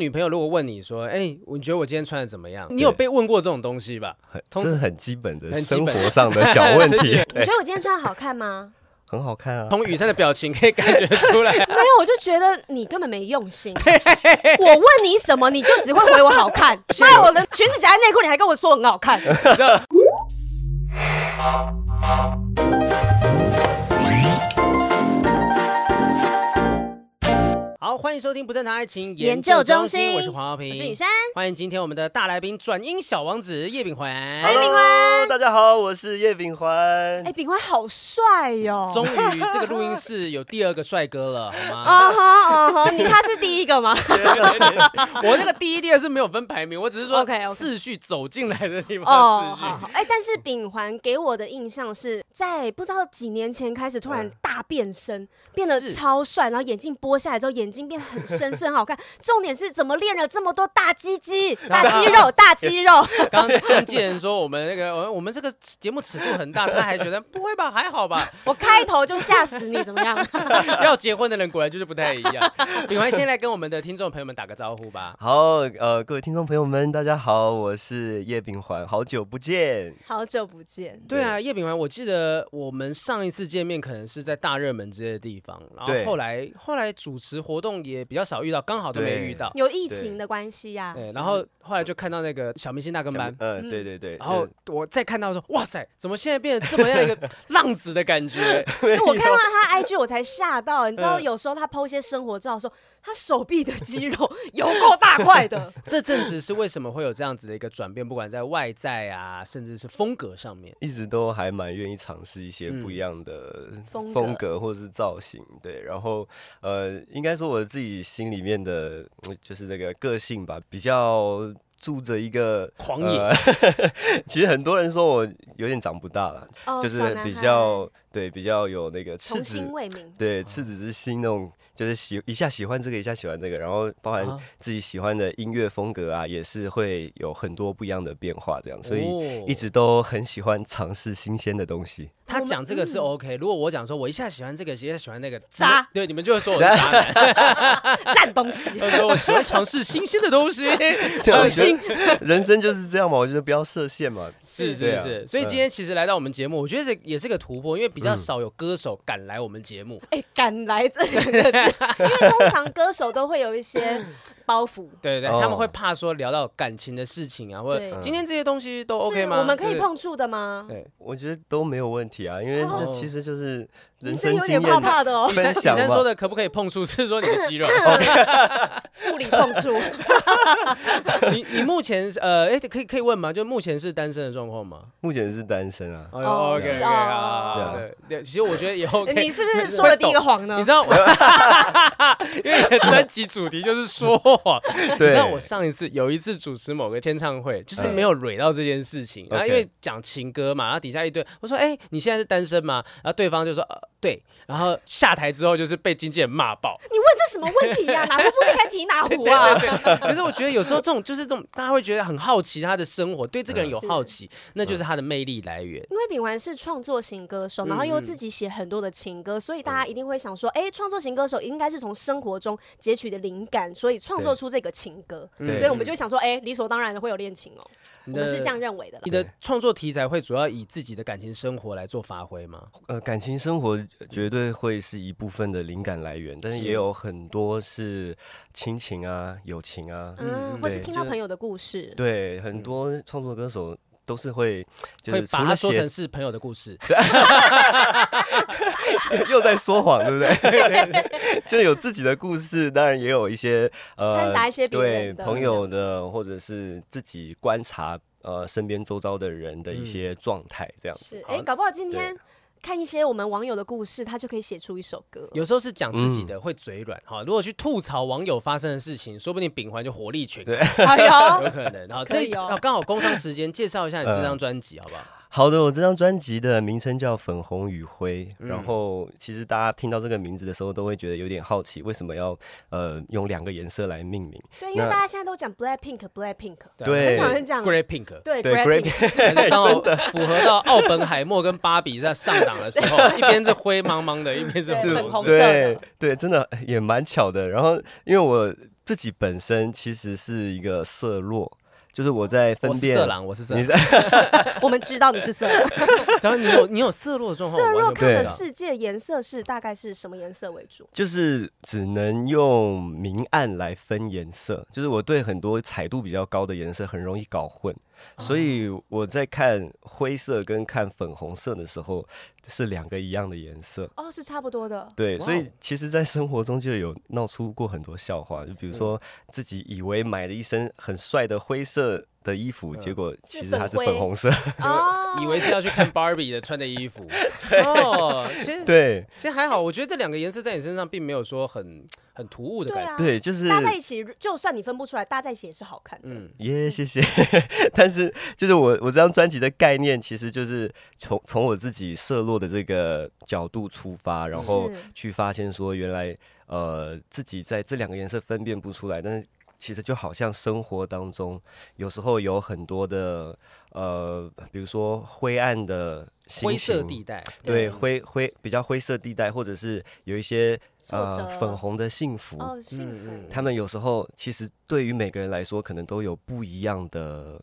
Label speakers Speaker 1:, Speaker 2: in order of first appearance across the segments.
Speaker 1: 女朋友如果问你说：“哎、我你觉得我今天穿的怎么样？”你有被问过这种东西吧？
Speaker 2: 很
Speaker 1: 通
Speaker 2: 这
Speaker 1: 常
Speaker 2: 是很基本的
Speaker 1: 很基
Speaker 2: 生
Speaker 1: 本
Speaker 2: 活上的小问题，
Speaker 3: 你觉得我今天穿好看吗？
Speaker 2: 很好看啊。
Speaker 1: 从雨珊的表情可以感觉出来，
Speaker 3: 没有，我就觉得你根本没用 心。我问你什么，你就只会回我好 看。妈，我的裙子夹在内裤，你还跟我说我很好 看。
Speaker 1: 好，欢迎收听不正常爱情
Speaker 3: 研
Speaker 1: 究
Speaker 3: 究中
Speaker 1: 心，
Speaker 3: 心
Speaker 1: 我是黄浩平，
Speaker 3: 我是雨珊，
Speaker 1: 欢迎今天我们的大来宾转音小王子叶秉桓。
Speaker 2: Hello，大家好，我是叶秉
Speaker 3: 哎，
Speaker 2: 环。
Speaker 3: 炳辉好帅哟！
Speaker 1: 终于这个录音室有第二个帅哥 了，好吗？
Speaker 3: 啊哈啊哈，你他是第一个 吗？
Speaker 1: 我这个第一、第二是没有分排名，我只是说
Speaker 3: OK，OK
Speaker 1: 次序走进来的地方
Speaker 3: 哦，
Speaker 1: 的次序。
Speaker 3: 好好，哎，但是秉环给我的印象是在不知道几年前开始突然大变身，变得
Speaker 1: 是
Speaker 3: 超帅，然后眼镜剥下来之后，眼睛变得很深邃，很好看。重点是怎么练了这么多大鸡 鸡、大肌肉、大肌肉？
Speaker 1: 刚刚经纪人说我们那个，我我们这个节目尺度很大，他还觉得不会吧，还好吧。
Speaker 3: 我开头就吓死你，怎么样？
Speaker 1: 要结婚的人果然就是不太一样。 秉环，先来跟我们的听众朋友们打个招呼吧。
Speaker 2: 好，呃，各位听众朋友们，大家好，我是叶秉环，好久不见。
Speaker 3: 好久不见，
Speaker 1: 对啊，叶秉环，我记得我们上一次见面可能是在大热门之类的地方，然后
Speaker 2: 对
Speaker 1: 后来后来主持活动也比较少遇到，刚好都没
Speaker 2: 对
Speaker 1: 遇到。
Speaker 3: 有疫情的关系呀、
Speaker 1: 对，然后后来就看到那个小明星大跟班
Speaker 2: 嗯、，呃，对对对。
Speaker 1: 然后
Speaker 2: 就
Speaker 1: 我再看到说，哇塞，怎么现在变成这么样一个浪子的感 觉？
Speaker 3: 因为 我看到他 IG 我才吓到，你知道
Speaker 1: 嗯
Speaker 3: 有时候他 PO 一些生活照的时候，他手臂的肌肉有够大块 的。
Speaker 1: 这阵子是为什么会有这样子的一个转变？不管在外在啊，甚至是风格上面，
Speaker 2: 一直都还蛮愿意尝试一些不一样的
Speaker 3: 嗯风格
Speaker 2: 风格或者是造型，对，然后呃，应该说我自己心里面的嗯就是这个个性吧，比较住着一个
Speaker 1: 狂野
Speaker 2: 呃 其实很多人说我有点长不大了，
Speaker 3: 哦，
Speaker 2: 就是比较对比较有那个赤
Speaker 3: 童
Speaker 2: 子
Speaker 3: 心，未泯。
Speaker 2: 对赤子之心那种，就是喜一下喜欢这个，一下喜欢这个，然后包含
Speaker 1: 啊
Speaker 2: 自己喜欢的音乐风格啊，也是会有很多不一样的变化，这样，所以
Speaker 1: 哦
Speaker 2: 一直都很喜欢尝试新鲜的东西。
Speaker 1: 他讲这个是 OK，如果我讲说我一下喜欢这个，一下喜欢那个，
Speaker 3: 渣
Speaker 1: 你们对，你们就会说我是渣男。。
Speaker 3: 烂东西
Speaker 1: 他说我喜欢尝试新鲜的东西，
Speaker 2: 对
Speaker 1: 恶
Speaker 2: 我觉
Speaker 1: 心。
Speaker 2: 得人生就是这样嘛，我觉得不要设限嘛。
Speaker 1: 是
Speaker 2: 对
Speaker 1: 是
Speaker 2: 啊
Speaker 1: 是，所以今天其实来到我们节目，我觉得这也是个突破，因为比较少有歌手敢来我们节目。
Speaker 3: 哎、敢来这两个字，因为通常歌手都会有一些包袱。
Speaker 1: 对对，
Speaker 2: 哦
Speaker 1: 他们会怕说聊到感情的事情啊，或
Speaker 3: 对
Speaker 1: 者今天这些东西都 OK
Speaker 3: 是
Speaker 1: 吗？
Speaker 3: 我们可以
Speaker 1: 对
Speaker 3: 碰触的吗？
Speaker 1: 对。
Speaker 2: 我觉得都没有问题啊，因为
Speaker 1: 哦
Speaker 2: 这其实就是人
Speaker 3: 你是
Speaker 2: 生
Speaker 3: 有
Speaker 2: 经
Speaker 3: 点
Speaker 2: 验的。
Speaker 3: 怕怕的哦
Speaker 1: 雨，
Speaker 2: 分
Speaker 1: 珊，雨
Speaker 2: 享
Speaker 1: 珊
Speaker 2: 嘛
Speaker 1: 说的可不可以碰触？是说你的肌肉？
Speaker 3: 物理碰触。
Speaker 1: 你你目前是呃，哎，可以可以问吗？就目前是单身的状况吗？
Speaker 2: 目前是单身啊，
Speaker 1: 哦
Speaker 3: 哦
Speaker 1: ，OK
Speaker 3: 是
Speaker 1: OK
Speaker 3: 哦
Speaker 1: 啊，好好
Speaker 2: 对啊
Speaker 1: 对对，其实我觉 得也 OK。
Speaker 3: 哎你是不是说了第一个谎呢
Speaker 1: 你？知道我，因为你 的专辑主题就是说谎。你知道我上一次有一次主持某个签唱会，就是没有蕊到这件事情，然后因为讲情歌嘛，然后底下一堆我说：“哎、你现在是单身吗？”然后对方就说：“呃，对。”然后下台之后就是被经纪人骂爆。
Speaker 3: 你问这什么问题呀、哪壶不开提哪壶啊！
Speaker 1: 可是我觉得有时候这种就是这种，大家会觉得很好奇他的生活，对这个人有
Speaker 3: 是
Speaker 1: 好奇，那
Speaker 2: 嗯
Speaker 1: 就是他的魅力来源。
Speaker 3: 因为秉完是创作型歌手，然后又自己写很多的情歌，所以大家一定会想说，哎、创作型歌手应该是从生活中截取的灵感，所以创作出这个情歌，
Speaker 2: 对
Speaker 3: 所以我们就会想说，哎、理所当然的会有恋情哦、
Speaker 1: 你
Speaker 3: 我
Speaker 1: 的
Speaker 3: 们是这样认为的啦
Speaker 1: 你。的创作题材会主要以自己的感情生活来做发挥吗？
Speaker 2: 呃，感情生活绝对会是一部分的灵感来源，但是也有很多是亲情啊、友情啊，
Speaker 3: 嗯，或是听到朋友的故事，
Speaker 2: 对，很多创作歌手都是会，就
Speaker 1: 嗯会
Speaker 2: 是除
Speaker 1: 把它
Speaker 2: 了
Speaker 1: 说成
Speaker 2: 写，
Speaker 1: 是朋友的故事。
Speaker 2: 又在说谎，对 不对？ 就有自己的故事，当然也有一些呃，
Speaker 3: 掺杂一些别
Speaker 2: 对
Speaker 3: 人的嗯
Speaker 2: 朋友的，或者是自己观察呃身边周遭的人的一
Speaker 1: 嗯
Speaker 2: 些状态，这样
Speaker 3: 是
Speaker 2: 子。
Speaker 3: 哎、
Speaker 2: 好
Speaker 3: 搞不好今天看一些我们网友的故事，他就可以写出一首歌。
Speaker 1: 有时候是讲自己的
Speaker 2: 嗯
Speaker 1: 会嘴软哈，如果去吐槽网友发生的事情，说不定秉环就火力全开，
Speaker 3: 哎
Speaker 1: 有
Speaker 3: 呦，
Speaker 1: 可能。 好，
Speaker 3: 可
Speaker 1: 这
Speaker 3: 以哦
Speaker 1: 啊刚好工商时间，介绍一下你这
Speaker 2: 嗯
Speaker 1: 张专辑好不好？
Speaker 2: 好的，我这张专辑的名称叫《粉红与灰》，
Speaker 1: 嗯
Speaker 2: 然后其实大家听到这个名字的时候，都会觉得有点好奇，为什么要呃用两个颜色来命名？
Speaker 3: 对，因为
Speaker 2: 那
Speaker 3: 大家现在都讲 black pink black pink，
Speaker 2: 对
Speaker 3: 很少人讲
Speaker 1: Grey 啊 Pink。
Speaker 3: 对
Speaker 2: 对
Speaker 3: black
Speaker 2: ，Grey
Speaker 3: pink，
Speaker 1: 就是刚 好符合到奥本海默跟芭比在上档的时候， 一边是灰茫茫的，一边是
Speaker 3: 对
Speaker 1: 红色
Speaker 3: 粉红色的
Speaker 2: 对对，真的也蛮巧的。然后因为我自己本身其实是一个色弱，就是我在分
Speaker 1: 我是
Speaker 2: 辨
Speaker 1: 色狼，我是色
Speaker 2: 你
Speaker 1: 狼，
Speaker 2: 是
Speaker 3: 我们知道你是色弱，
Speaker 1: 只要你有你有色弱的状况，
Speaker 3: 色弱
Speaker 1: 我完全
Speaker 3: 看
Speaker 2: 对
Speaker 1: 不
Speaker 3: 的
Speaker 1: 知道。
Speaker 3: 世界颜色是大概是什么颜色为主？
Speaker 2: 就是只能用明暗来分颜色，就是我对很多彩度比较高的颜色很容易搞混，
Speaker 1: 啊
Speaker 2: 所以我在看灰色跟看粉红色的时候是两个一样的颜色。
Speaker 3: 哦，是差不多的。
Speaker 2: 对，
Speaker 1: 哇哦
Speaker 2: 所以其实，在生活中就有闹出过很多笑话，就比如说自己以为买了一身很帅的灰色的衣服，结果其实它是
Speaker 3: 是粉灰
Speaker 2: 粉红色。
Speaker 3: 哦，
Speaker 1: 以为是要去看 Barbie 的穿的衣服，哦，其实
Speaker 2: 对
Speaker 1: 其实还好，我觉得这两个颜色在你身上并没有说很很突兀的
Speaker 3: 对
Speaker 1: 感觉。
Speaker 3: 啊，
Speaker 2: 对，就是
Speaker 3: 搭在一起，就算你分不出来，搭在一起也是好看的。
Speaker 1: 嗯，
Speaker 2: 耶谢谢。 但是就是我我这张专辑的概念，其实就是从从我自己色落的这个角度出发，然后
Speaker 3: 是
Speaker 2: 去发现说，原来呃自己在这两个颜色分辨不出来，但是其实就好像生活当中，有时候有很多的呃，比如说灰暗的心
Speaker 1: 灰色
Speaker 2: 情
Speaker 1: 地带，
Speaker 2: 对
Speaker 3: 对
Speaker 2: 灰灰比较灰色地带，或者是有一些
Speaker 3: 挫
Speaker 2: 呃
Speaker 3: 折
Speaker 2: 粉红的幸福，
Speaker 3: 哦，幸福。
Speaker 1: 嗯嗯
Speaker 2: 他们有时候其实对于每个人来说，可能都有不一样的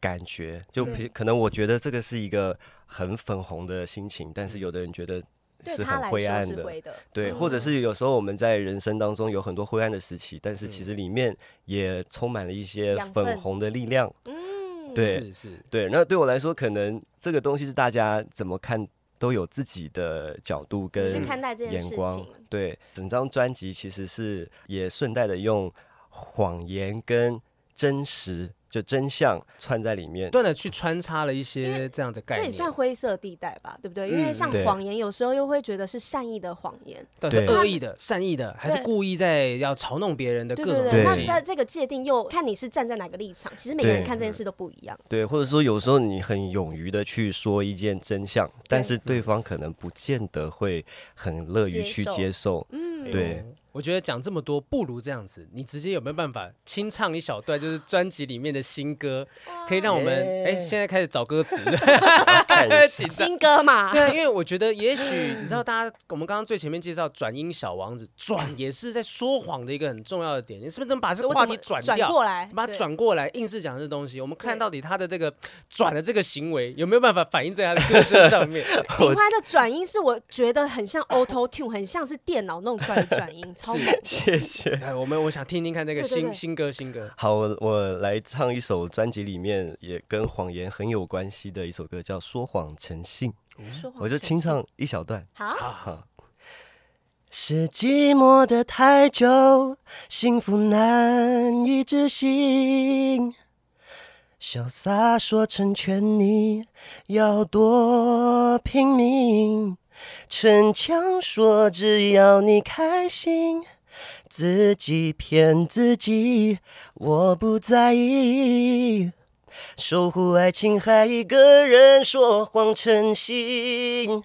Speaker 2: 感觉。就
Speaker 3: 对
Speaker 2: 比可能我觉得这个是一个很粉红的心情，但是有的人觉得
Speaker 3: 嗯对
Speaker 2: 是
Speaker 3: 他
Speaker 2: 很
Speaker 3: 来
Speaker 2: 灰
Speaker 3: 说
Speaker 2: 暗
Speaker 3: 是
Speaker 2: 的。
Speaker 3: 灰嗯的，
Speaker 2: 对，或者是有时候我们在人生当中有很多灰暗的时期，但是其实里面也充满了一些
Speaker 3: 嗯养分
Speaker 2: 粉红的力量。
Speaker 3: 嗯，
Speaker 2: 对
Speaker 1: 是是，
Speaker 2: 对，那对我来说，可能这个东西是大家怎么看都有自己的角度跟
Speaker 3: 去看待这件
Speaker 2: 眼
Speaker 3: 事
Speaker 2: 光
Speaker 3: 情。。
Speaker 2: 对，整张专辑其实是也顺带的用谎言跟真实，就真相串在里面
Speaker 1: 不。断的去穿插了一些这样的概
Speaker 3: 这
Speaker 1: 念
Speaker 3: 也，算灰色地带吧，对不对？因
Speaker 1: 嗯
Speaker 3: 为像
Speaker 2: 对
Speaker 3: 谎言，有时候又会觉得是善意的谎言，
Speaker 1: 到底是
Speaker 2: 对
Speaker 1: 恶意的、善意的，还是
Speaker 3: 对
Speaker 1: 故意在要嘲弄别人的
Speaker 3: 对
Speaker 1: 呃各
Speaker 3: 对
Speaker 1: 种
Speaker 3: 对。
Speaker 2: 对
Speaker 1: 东
Speaker 3: 那
Speaker 1: 西。
Speaker 3: 在这个界定又看你是站在哪个立场，其实每个人
Speaker 2: 对
Speaker 3: 看
Speaker 1: 嗯
Speaker 3: 这件事都不一样。
Speaker 2: 对，或者说有时候你很勇于的去说一件真相，但是对方可能不见得会很乐于
Speaker 3: 接
Speaker 2: 去
Speaker 3: 受
Speaker 2: 接受。
Speaker 3: 嗯，
Speaker 2: 对，
Speaker 1: 哎我觉得讲这么多，不如这样子，你直接有没有办法清唱一小段，就是专辑里面的新歌，可以让我们哎、现在开始找歌词，
Speaker 2: 看一 下
Speaker 1: 紧张
Speaker 3: 新歌 嘛，
Speaker 1: 对啊，因为我觉得也许你知道，大家我们刚刚最前面介绍转音小王子，转也是在说谎的一个很重要的点。你是不是能把这个
Speaker 3: 我
Speaker 1: 话
Speaker 3: 怎
Speaker 1: 题
Speaker 3: 么
Speaker 1: 转
Speaker 3: 转
Speaker 1: 掉？
Speaker 3: 过来，
Speaker 1: 把它
Speaker 3: 对
Speaker 1: 转过来，硬是讲这东西，我们看到底他的这个转的这个行为有没有办法反映在他的歌声上 面？
Speaker 3: 另外的转音是我觉得很像 Auto Tune，很像是电脑弄出来的转 音，超猛。
Speaker 2: 谢谢。
Speaker 1: 哎，我们我想听听看那个
Speaker 3: 对对
Speaker 1: 新
Speaker 3: 对
Speaker 1: 新歌新歌，
Speaker 2: 好，我我来唱一首专辑里面也跟谎言很有关系的一首歌，叫《说谎成性》，
Speaker 3: 说谎
Speaker 2: 我就
Speaker 3: 神
Speaker 2: 清
Speaker 3: 器
Speaker 2: 唱一小段。
Speaker 3: 好，
Speaker 2: 是寂寞的太久，幸福难以置信。潇洒说成全你，要多拼命。逞强说只要你开心，自己骗自己，我不在意。守护爱情，还一个人说谎成性。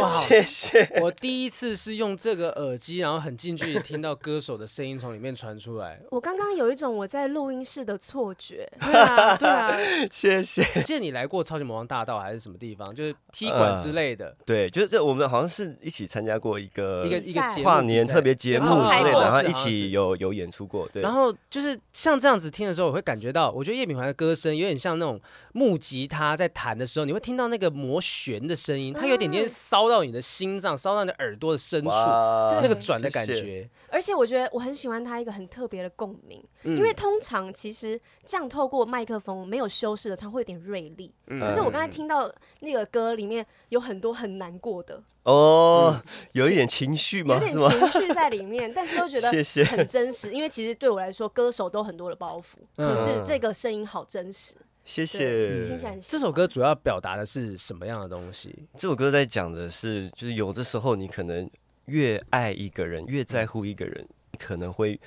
Speaker 1: 哇！
Speaker 2: 谢谢。
Speaker 1: 我第一次是用这个耳机，然后很近距离听到歌手的声音从里面传出 来。
Speaker 3: 我刚刚有一种我在录音室的错觉，
Speaker 1: 对啊，对啊，
Speaker 2: 谢谢。
Speaker 1: 我记得你来过超级魔王大道还是什么地方，就是踢
Speaker 2: 啊
Speaker 1: 馆之类的。
Speaker 2: 对，就是这我们好像是一起参加过一个
Speaker 1: 一个一个
Speaker 3: 比赛
Speaker 1: 节目
Speaker 2: 跨年特别节目之类
Speaker 3: 有
Speaker 1: 过
Speaker 2: 的，然后一
Speaker 3: 拍
Speaker 1: 是好像是
Speaker 2: 起有有演出过。对，
Speaker 1: 然后就是像这样子听的时候，我会感觉到，我觉得叶秉怀的歌声有点像那种木吉他在弹的时候，你会听到那个磨弦的声音，它有点点烧到你的心脏，烧到你的耳朵的深处，
Speaker 2: 哇
Speaker 1: 那个转的感。
Speaker 2: 谢谢
Speaker 1: 觉。
Speaker 3: 而且我觉得我很喜欢他一个很特别的共鸣，因
Speaker 1: 嗯
Speaker 3: 为通常其实这样透过麦克风没有修饰的，常会有点锐利。
Speaker 1: 嗯
Speaker 2: 嗯
Speaker 3: 可是我刚才听到那个歌里面有很多很难过的，
Speaker 2: 哦，
Speaker 1: 嗯
Speaker 2: 有一点情绪
Speaker 3: 有
Speaker 2: 吗？
Speaker 3: 点
Speaker 2: 是吗？
Speaker 3: 情绪在里面，但是又觉得
Speaker 2: 谢谢
Speaker 3: 很真实。因为其实对我来说，歌手都很多的包袱，
Speaker 1: 嗯
Speaker 3: 可是这个声音好真实，
Speaker 2: 谢
Speaker 3: 对
Speaker 2: 谢
Speaker 3: 听起。来很喜
Speaker 1: 这
Speaker 3: 欢
Speaker 1: 首歌主要表达的是什么样的东西？
Speaker 2: 这首歌在讲的是，就是有的时候你可能越爱一个人，越
Speaker 1: 嗯
Speaker 2: 在乎一个人，你可能会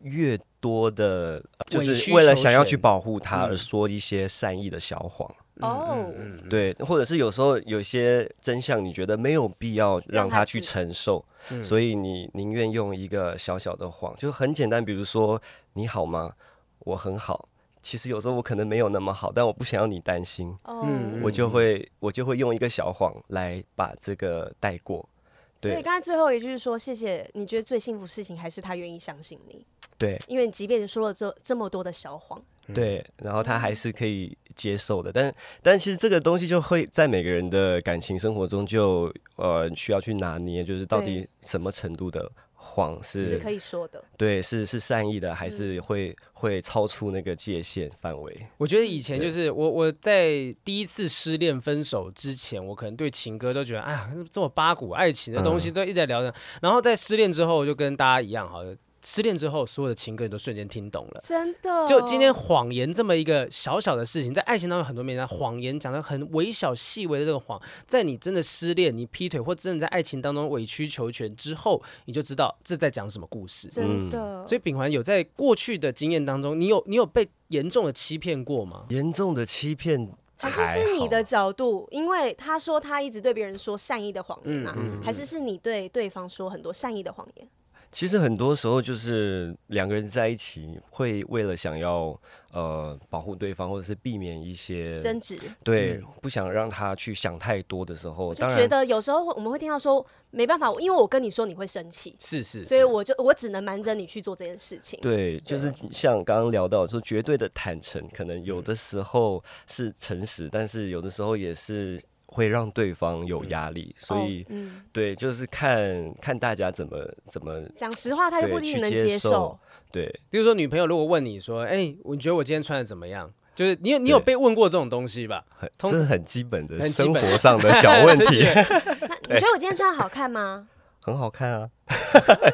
Speaker 2: 越多的，就
Speaker 1: 委曲
Speaker 2: 是为了想要
Speaker 1: 求全
Speaker 2: 去保护他
Speaker 1: 嗯
Speaker 2: 而说一些善意的小谎。
Speaker 3: 哦，
Speaker 2: 对，或者是有时候有些真相，你觉得没有必要让
Speaker 3: 让他
Speaker 2: 他去
Speaker 3: 知嗯
Speaker 2: 承受，所以你宁愿用一个小小的谎，就很简单，比如说你好吗？我很好。其实有时候我可能没有那么好，但我不想要你担心，
Speaker 3: 哦，
Speaker 1: 嗯
Speaker 2: 我就会我就会用一个小谎来把这个带过。
Speaker 3: 所以
Speaker 2: 对
Speaker 3: 刚才最后一句是说，谢谢。你觉得最幸福的事情还是他愿意相信你，
Speaker 2: 对
Speaker 3: 因为你即便你说了这这么多的小谎，
Speaker 2: 对，然后他还是可以接受的，但但其实这个东西就会在每个人的感情生活中就呃需要去拿捏，就是到底
Speaker 3: 对
Speaker 2: 什么程度的谎
Speaker 3: 是
Speaker 2: 是
Speaker 3: 可以嗯说的。
Speaker 2: 对是是善意的，还是会、会超出那个界限范围？
Speaker 1: 我觉得以前就是我我在第一次失恋分手之前，我可能对情歌都觉得，哎呀，这么八股爱情的东
Speaker 2: 嗯
Speaker 1: 西都一直在聊着。然后在失恋之后，我就跟大家一样，好了，失恋之后所有的情歌你都瞬间听懂了。
Speaker 3: 真的，
Speaker 1: 就今天谎言这么一个小小的事情，在爱情当中很多面向，谎言讲的很微小细微的这个谎，在你真的失恋、你劈腿或真的在爱情当中委曲求全之后，你就知道这在讲什么故事。
Speaker 3: 真的，
Speaker 1: 所以秉环有在过去的经验当中，你有你有被严重的欺骗过吗？
Speaker 2: 严重的欺骗
Speaker 3: 还
Speaker 2: 还
Speaker 3: 是是你
Speaker 2: 好
Speaker 3: 的角度，因为他说他一直对别人说善意的谎言嘛，还是是你对对方说很多善意的谎言，
Speaker 2: 其实很多时候就是两个人在一起，会为了想要呃保护对方，或者是避免一些
Speaker 3: 争执。
Speaker 2: 对、不想让他去想太多的时候，
Speaker 3: 我就
Speaker 2: 当
Speaker 3: 觉
Speaker 2: 然
Speaker 3: 得有时候会我们会听到说没办法，因为我跟你说你会生气，
Speaker 1: 是是，
Speaker 3: 所以我就我只能瞒着你去做这件事情。
Speaker 2: 对，就是
Speaker 3: 啊
Speaker 2: 像刚刚聊到说，绝对的坦诚，可能有
Speaker 3: 嗯
Speaker 2: 的时候是诚实，但是有的时候也是会让对方有压力，所
Speaker 3: 哦
Speaker 2: 以、
Speaker 3: 嗯，
Speaker 2: 对，就是看看大家怎么怎么
Speaker 3: 讲实话他又
Speaker 2: 对
Speaker 3: 不一
Speaker 2: 去
Speaker 3: 定能
Speaker 2: 接
Speaker 3: 接受。
Speaker 2: 对。
Speaker 1: 比如说女朋友如果问你说，哎、我觉得我今天穿的怎么样？就是你有你有
Speaker 2: 对
Speaker 1: 被问过这种东西吧？
Speaker 2: 很，
Speaker 1: 通
Speaker 2: 这是很基本的
Speaker 1: 很基
Speaker 2: 生
Speaker 1: 本
Speaker 2: 活上的 小问
Speaker 1: 这
Speaker 2: 题，
Speaker 1: 个
Speaker 3: 那你觉得我今天穿得好看吗？
Speaker 2: 很好看啊。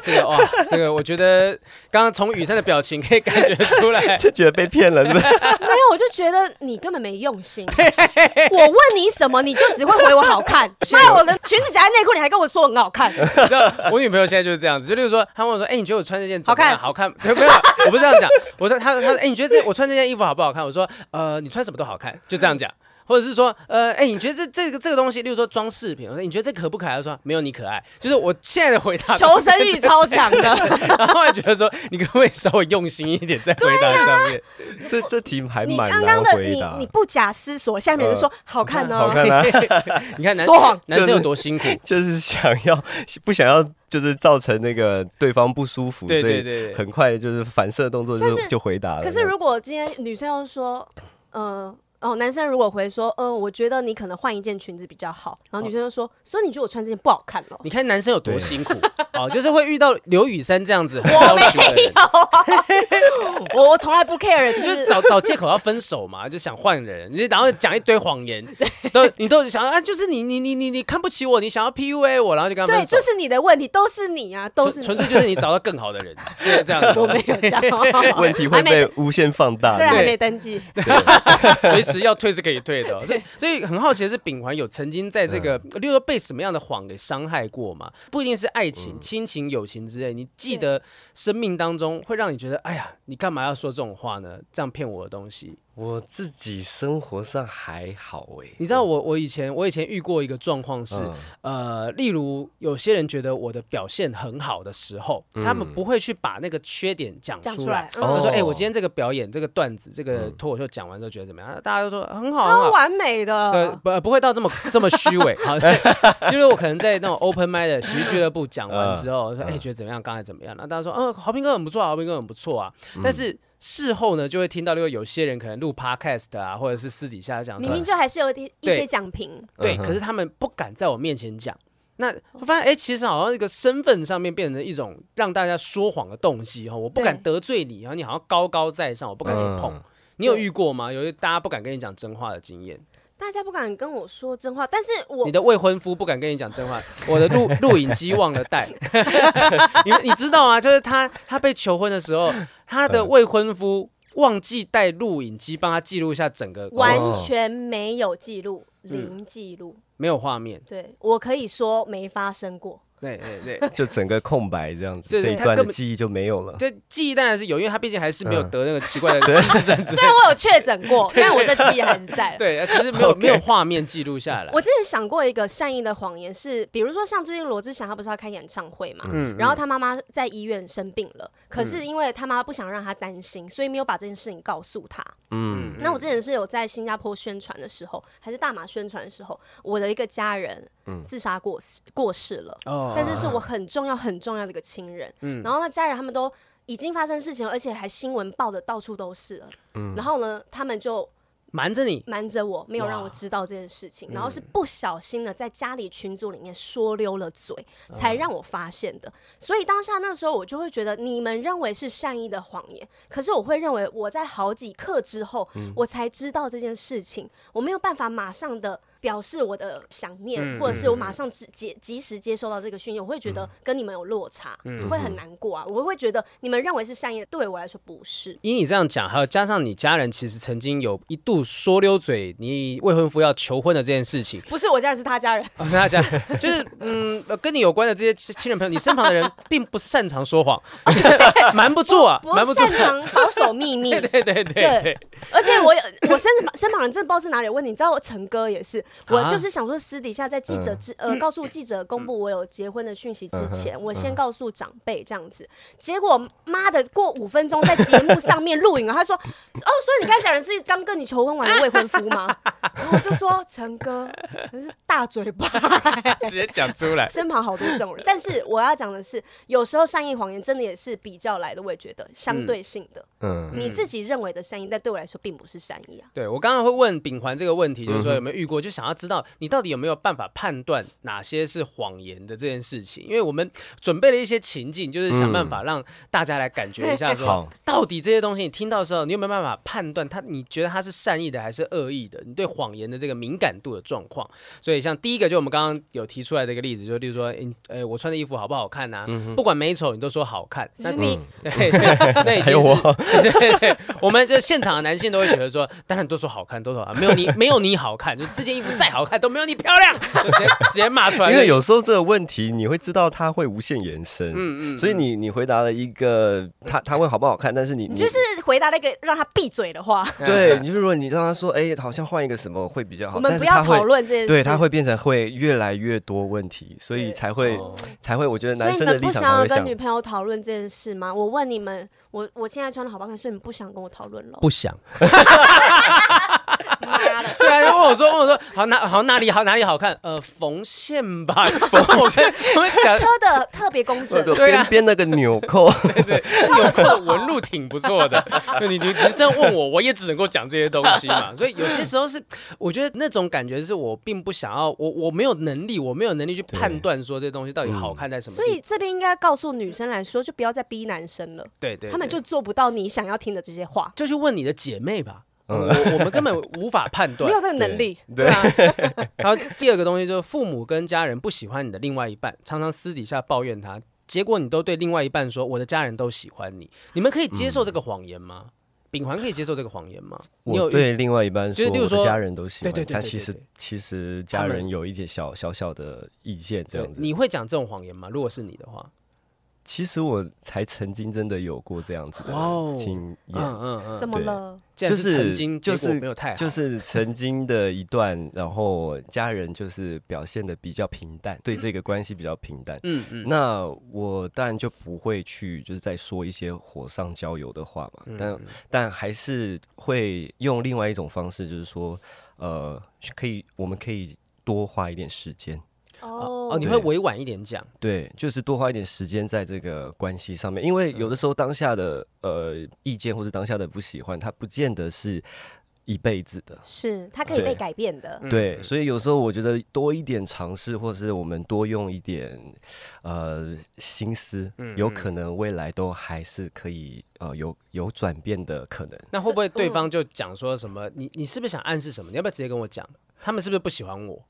Speaker 1: 这个哇，这个我觉得刚刚从雨珊的表情可以感觉出来，
Speaker 2: 就觉得被骗了，是不 是？
Speaker 3: 没有，我就觉得你根本没用心。我问你什么，你就只会回我好 看。那我的裙子夹在内裤，你还跟我说很好看，
Speaker 1: 你知道，我女朋友现在就是这样子，就例如说，她问我说：“哎、你觉得我穿这件怎么样？好
Speaker 3: 好
Speaker 1: 看？”没有，没有，我不是这样讲。我说，她，她说：“哎、你觉得这我穿这件衣服好不好看？”我说：“呃，你穿什么都好看。”就这样讲，或者是说，呃，哎、你觉得这这个这个东西，例如说装饰品，我说你觉得这可不可爱？她说没有你可爱。就是我现在的回答，
Speaker 3: 求生欲超强的。
Speaker 1: 然后还觉得说，你可不可以稍微用心一点在回答上面？
Speaker 2: 这这题还
Speaker 3: 你
Speaker 2: 蛮
Speaker 3: 刚
Speaker 2: 难
Speaker 3: 刚的
Speaker 2: 回
Speaker 3: 你
Speaker 2: 答呃
Speaker 3: 你。不假思索，下面就说好看
Speaker 2: 好
Speaker 3: 呢。
Speaker 2: 看 啊，
Speaker 1: 你看男
Speaker 3: 说谎
Speaker 1: 男生有多辛苦？
Speaker 2: 就是想要 不想要，就是造成那个对方不舒服，
Speaker 1: 对
Speaker 2: 所
Speaker 1: 对对
Speaker 2: 以很快就是反射动作就是
Speaker 3: 但是
Speaker 2: 就回答了。
Speaker 3: 可是如果今天女生又说，呃。哦，男生如果回说，嗯，我觉得你可能换一件裙子比较
Speaker 2: 哦
Speaker 3: 好，然后女生就说，所以你觉得我穿这件不好看了？
Speaker 1: 你看男生有多
Speaker 2: 对
Speaker 1: 辛苦哦，就是会遇到刘雨珊这样子很要求的人。
Speaker 3: 我我从来不 care，就
Speaker 1: 你 就是找找借口要分手嘛， 就想换人，你就然后讲一堆谎 言，都你都想啊，就是你你你你你看不起我，你想要 PUA 我，然后就跟他
Speaker 3: 对，
Speaker 1: 分手，
Speaker 3: 就是你的问题，都是你啊，都是
Speaker 1: 纯
Speaker 3: 你。
Speaker 1: 纯粹就是你找到更好的人， 就是这样子，
Speaker 3: 我没有这样，
Speaker 2: 问题
Speaker 3: 还
Speaker 2: 会
Speaker 3: 没
Speaker 2: 被无限放
Speaker 1: 啊
Speaker 2: 大
Speaker 3: 虽然
Speaker 2: 的，
Speaker 3: 还没登 记，
Speaker 1: 随时要退是可以退 的哦、所以所以很好奇的是，秉环有曾经在这个，
Speaker 3: 嗯
Speaker 1: 例如说被什么样的谎给伤害过吗？不一定是爱情、
Speaker 3: 嗯
Speaker 1: 亲情、友情之类，你记得生命当中会让你觉得，哎呀，你干嘛要说这种话呢？这样骗我的东西，
Speaker 2: 我自己生活上还好哎、
Speaker 1: 你知道我我以前我以前遇过一个状况是，呃，例如有些人觉得我的表现很好的时候，他们不会去把那个缺点讲
Speaker 3: 讲
Speaker 1: 出
Speaker 3: 出来
Speaker 1: 来。
Speaker 3: 嗯
Speaker 1: 他说：“
Speaker 2: 哦
Speaker 1: 哎、我今天这个表演、这个段子、这个脱口秀讲完之后觉得怎么样？”大家都说很好，很
Speaker 3: 超
Speaker 1: 好。
Speaker 3: 完美
Speaker 1: 对
Speaker 3: 的，。
Speaker 1: 不不会到这么这么虚伪，好，对因为我可能在那种 open m i d 的喜剧俱乐部讲完之后，说哎、觉得怎么样？刚才怎么样？然后大家说，嗯、豪平哥很不错啊，豪平哥很不错啊。但是事后呢，就会听到，因为有些人可能录 podcast 啊，或者是私底下讲说，
Speaker 3: 明明就还是有一点一
Speaker 1: 对
Speaker 3: 些奖评，
Speaker 1: 对，
Speaker 2: 嗯哼
Speaker 1: 可是他们不敢在我面前讲。那我发现，哎、其实好像一个身份上面变成一种让大家说谎的动机哈，我不敢得罪你，然后你好像高高在上，我不敢跟你碰。
Speaker 2: 嗯
Speaker 1: 你有遇过吗？有些大家不敢跟你讲真话的经验，
Speaker 3: 大家不敢跟我说真话，但是我
Speaker 1: 你的未婚夫不敢跟你讲真话，我的录录影机忘了带。 你你知道啊，就是他他被求婚的时候，他
Speaker 2: 嗯
Speaker 1: 的未婚夫忘记带录影机帮他记录下整个，
Speaker 3: 完全没有记录，
Speaker 1: 嗯
Speaker 3: 零记录。
Speaker 1: 没有画面。
Speaker 3: 对我可以说没发生过，
Speaker 1: 对对对，
Speaker 2: 就整个空白这样子，
Speaker 1: 就是
Speaker 2: 这一
Speaker 1: 他
Speaker 2: 段的
Speaker 1: 根本
Speaker 2: 记忆就没有了。
Speaker 1: 就记忆当然是有，因为他毕竟还是没有得那个奇怪的失智症之类
Speaker 3: 虽然我有确诊过，但我这记忆还是在。
Speaker 1: 对，只是没有没有画面记录下来。
Speaker 3: 我之前想过一个善意的谎言是，比如说像最近罗志祥他不是要开演唱会嘛，
Speaker 1: 嗯
Speaker 3: 然后他妈妈在医院生病了，可是因为他妈妈不想让他担心，所以没有把这件事情告诉他。
Speaker 2: 嗯，
Speaker 3: 那我之前是有在新加坡宣传的时候，还是大马宣传的时候，我的一个家人自杀过世、过世了。
Speaker 1: 哦
Speaker 3: 但是是我很重要很重要的一个亲人。然后呢，家人他们都已经发生事情了，而且还新闻报的到处都是了。然后呢，他们就
Speaker 1: 瞒着你，
Speaker 3: 瞒着我，没有让我知道这件事情，然后是
Speaker 1: 嗯
Speaker 3: 不小心的在家里群组里面说溜了嘴，
Speaker 1: 嗯
Speaker 3: 才让我发现的。所以当下那时候我就会觉得，你们认为是善意的谎言，可是我会认为我在好几刻之后，
Speaker 1: 嗯
Speaker 3: 我才知道这件事情，我没有办法马上的。表示我的想念，
Speaker 1: 嗯
Speaker 3: 或者是我马上接接及时接收到这个讯息，我会觉得跟你们有落差，
Speaker 1: 嗯
Speaker 3: 会很难过啊。我会觉得你们认为是善意的，对我来说不是。
Speaker 1: 以你这样讲，还有加上你家人其实曾经有一度说溜嘴，你未婚夫要求婚的这件事情，
Speaker 3: 不是我家人，是他家人。
Speaker 1: 哦、大 家就是嗯，呃跟你有关的这些亲亲人朋友，你身旁的人并不擅长说 谎，瞒不住啊，
Speaker 3: 不
Speaker 1: 瞒不住
Speaker 3: 擅。长保守秘密。
Speaker 1: 对对对对，
Speaker 3: 而且我有 我身身旁人真的不知道是哪里有问题，你知道我陈哥也是，
Speaker 1: 啊
Speaker 3: 我就是想说私底下在记
Speaker 1: 嗯
Speaker 3: 者之、呃告诉记者公布我有结婚的讯息之前，我
Speaker 1: 嗯
Speaker 3: 先告诉长辈这样子，结果妈的过五分钟在节目上面录影了，他说哦，所以你刚才讲的是刚跟你求婚完的未婚夫吗？ 然后我就说陈哥，你是大 嘴巴。
Speaker 1: 直接讲出来。
Speaker 3: 身旁好多这种人，但是我要讲的是，有时候善意谎言真的也是比较来的，我也觉得相对性的。
Speaker 2: 嗯，
Speaker 3: 你自己认为的善意，但对我来说并不是善意啊。
Speaker 1: 对我刚刚会问秉环这个问题，
Speaker 2: 嗯
Speaker 1: 就是说有没有遇过，就想要知道你到底有没有办法判断哪些是谎言的这件事情，因为我们准备了一些情境，就是想办法让大家来感觉一下说，
Speaker 2: 嗯好
Speaker 1: 到底这些东西你听到的时候，你有没有办法判断它？你觉得它是善意的还是恶意的？你对谎言的这个敏感度的状况。所以像第一个，就我们刚刚有提出来的一个例子，就例如说，诶呃，我穿的衣服好不好看呐、
Speaker 2: 嗯
Speaker 1: 不管美丑，你都说好看，那你、 对对，那已经
Speaker 2: 还有
Speaker 1: 是
Speaker 2: 我
Speaker 1: 对对对， 我们就现场的男性都会觉得说，当然都说好看，都说好看，没有你没有你好看，就这件衣服再好看都没有你漂亮， 就直接直接骂出来。
Speaker 2: 因为有时候这个问题，你会知道它会无限延伸，嗯嗯，所以你你回答了一个他他问好不好看，但是你
Speaker 3: 你就是回答那个让他闭嘴的话，
Speaker 2: 对，你就如果你让他说，哎，好像换一个什么会比较好，
Speaker 3: 我们
Speaker 2: 但
Speaker 3: 不
Speaker 2: 是
Speaker 3: 要
Speaker 2: 他会
Speaker 3: 讨论这件事。
Speaker 2: 对，他会变成会越来越多问题，所以
Speaker 3: 对
Speaker 2: 才会
Speaker 1: 哦
Speaker 2: 才会，我觉得
Speaker 3: 所以
Speaker 2: 男
Speaker 3: 你
Speaker 2: 生的
Speaker 3: 们
Speaker 2: 立
Speaker 3: 不
Speaker 2: 场
Speaker 3: 想
Speaker 2: 才
Speaker 3: 要
Speaker 2: 会
Speaker 3: 跟
Speaker 2: 想
Speaker 3: 女，朋友讨论这件事吗？我问你们，我我现在穿的好不好看，所以你们不想跟我讨论了？
Speaker 1: 不想，
Speaker 3: 妈的，
Speaker 1: 对啊，就问我说，问我说，好哪好哪里好哪里好看？呃，缝线吧，我跟我们讲
Speaker 3: 车 的特别工整，
Speaker 1: 对啊
Speaker 2: 边边那个纽 扣，
Speaker 1: 纽扣的纹路挺不错的。对你你你这样问我，我也只能够讲这些东西嘛。所以有些时候是，我觉得那种感觉是我并不想要，我我没有能力，我没有能力去判断说这东西到底好看在什么地
Speaker 3: 所
Speaker 1: 方。
Speaker 3: 以这边应该告诉女生来说，就不要再逼男生了，
Speaker 1: 对对，
Speaker 3: 他们
Speaker 1: 对
Speaker 3: 就做不到你想要听的这些话，
Speaker 1: 就去问你的姐妹吧。
Speaker 2: 嗯
Speaker 1: 我我们根本无法判
Speaker 3: 没
Speaker 1: 断
Speaker 3: 有。这个能力。
Speaker 1: 对啊， 然后第二个东西就是父母跟家人不喜欢你的另外一半，常常私底下抱怨他，结果你都对另外一半说我的家人都喜欢你，你们可以接受这个谎言吗？秉环可以接受这个谎言吗？你有
Speaker 2: 嗯我
Speaker 1: 遇
Speaker 2: 对另外一半
Speaker 1: 就是
Speaker 2: 说，
Speaker 1: 例如
Speaker 2: 我
Speaker 1: 说
Speaker 2: 的家人都喜
Speaker 1: 对
Speaker 2: 欢，
Speaker 1: 对对
Speaker 2: 但
Speaker 1: 对
Speaker 2: 其
Speaker 1: 对
Speaker 2: 实
Speaker 1: 对
Speaker 2: 其实家
Speaker 1: 他们
Speaker 2: 人有一点小小小的意见这
Speaker 1: 对
Speaker 2: 样子。
Speaker 1: 你会讲这种谎言吗？如果是你的话，
Speaker 2: 其实我才曾经真的有过这样子
Speaker 1: 哇哦
Speaker 2: 的经验
Speaker 1: 嗯，嗯
Speaker 3: 怎
Speaker 1: 嗯，
Speaker 3: 么了？
Speaker 1: 既然
Speaker 2: 就是
Speaker 1: 曾经，
Speaker 2: 就
Speaker 1: 结果
Speaker 2: 是
Speaker 1: 没有太好，
Speaker 2: 就是曾经的一段，然后家人就是表现的比较平淡，对这个关系比较平淡。
Speaker 1: 嗯嗯，
Speaker 2: 那我当然就不会去，就是再说一些火上浇油的话嘛，但但还是会用另外一种方式，就是说，呃，可以，我们可以多花一点时间，
Speaker 1: 哦，你
Speaker 2: 对
Speaker 1: 会委婉一点讲，
Speaker 2: 对，就是多花一点时间在这个关系上面，因为有的时候当下的呃意见或者当下的不喜欢，它不见得是一辈子的，
Speaker 3: 是他可以
Speaker 2: 对
Speaker 3: 被改变的。
Speaker 1: 嗯
Speaker 2: 对，所以有时候我觉得多一点尝试，或者是我们多用一点呃心思，
Speaker 1: 嗯
Speaker 2: 有可能未来都还是可以呃有有转变的可能。
Speaker 1: 那会不会对方就讲说什么？你你是不是想暗示什么？你要不要直接跟我讲？他们是不是不喜欢我？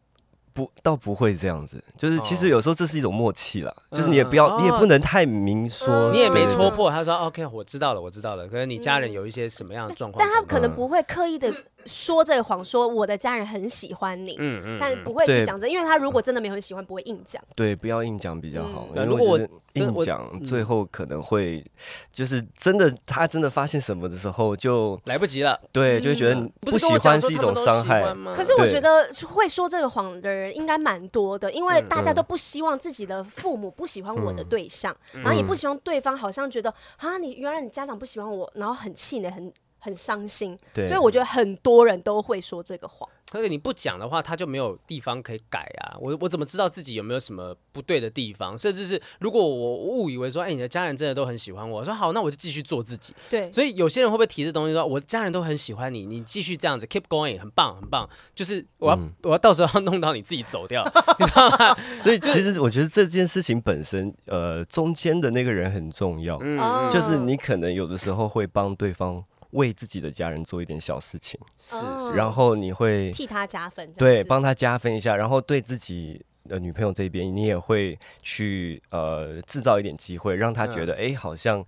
Speaker 2: 不，倒不会这样子，就是其实有时候这是一种默契啦，就是你也不
Speaker 1: 哦嗯
Speaker 2: 要，
Speaker 1: 嗯
Speaker 2: 你也不能太明说，
Speaker 1: 你也没
Speaker 2: 对
Speaker 1: 戳。破。他说哦 OK，我知道了，我知道了。可能你家人有一些什么样的状况？
Speaker 3: 但他可
Speaker 2: 嗯
Speaker 3: 能不会刻意的说这个谎，说我的家人很喜欢你，
Speaker 1: 嗯嗯，
Speaker 3: 但不会去
Speaker 2: 对嗯
Speaker 3: 讲这，因为他如果真的没有很喜欢，不会硬讲。
Speaker 2: 对，不要硬讲比较好，
Speaker 1: 嗯
Speaker 2: 因为
Speaker 1: 如果我
Speaker 2: 觉得
Speaker 1: 真的
Speaker 2: 硬
Speaker 1: 我嗯
Speaker 2: 讲最后可能会，就是真的他真的发现什么的时候就，
Speaker 1: 来不及了。
Speaker 2: 对，就会觉得
Speaker 1: 嗯不
Speaker 2: 喜欢是一种伤害，
Speaker 1: 可
Speaker 3: 可是我
Speaker 2: 对
Speaker 3: 觉得会说这个谎的人应该蛮多的，因为
Speaker 2: 嗯
Speaker 3: 大家都不希望自己的父母不喜欢我的对象，
Speaker 2: 嗯
Speaker 3: 然后也不希望对方好像觉得啊，你原来你家长不喜欢我，然后很气馁，很很伤心。
Speaker 2: 对
Speaker 3: 所以我觉得很多人都会说这个谎。
Speaker 1: 所以你不讲的话，他就没有地方可以改啊。我我怎么知道自己有没有什么不对的地方？甚至是如果我误以为说，哎、你的家人真的都很喜欢我，我说好，那我就继续做自己。
Speaker 3: 对，
Speaker 1: 所以有些人会不会提这东西说，我家人都很喜欢你，你继续这样子，keep going，很棒，很棒。就是我要、
Speaker 2: 嗯
Speaker 1: 我要到时候要弄到你自己走掉，你知道吗？
Speaker 2: 所以其实我觉得这件事情本身，呃，中间的那个人很重要，
Speaker 3: 哦
Speaker 2: 就是你可能有的时候会帮对方为自己的家人做一点小事情，
Speaker 1: 是
Speaker 3: 哦
Speaker 2: 然后你会
Speaker 3: 替他加分，这
Speaker 2: 对
Speaker 3: 样子
Speaker 2: 帮他加分一下，然后对自己的女朋友这边，你也会去呃制造一点机会，让她觉得哎、诶好像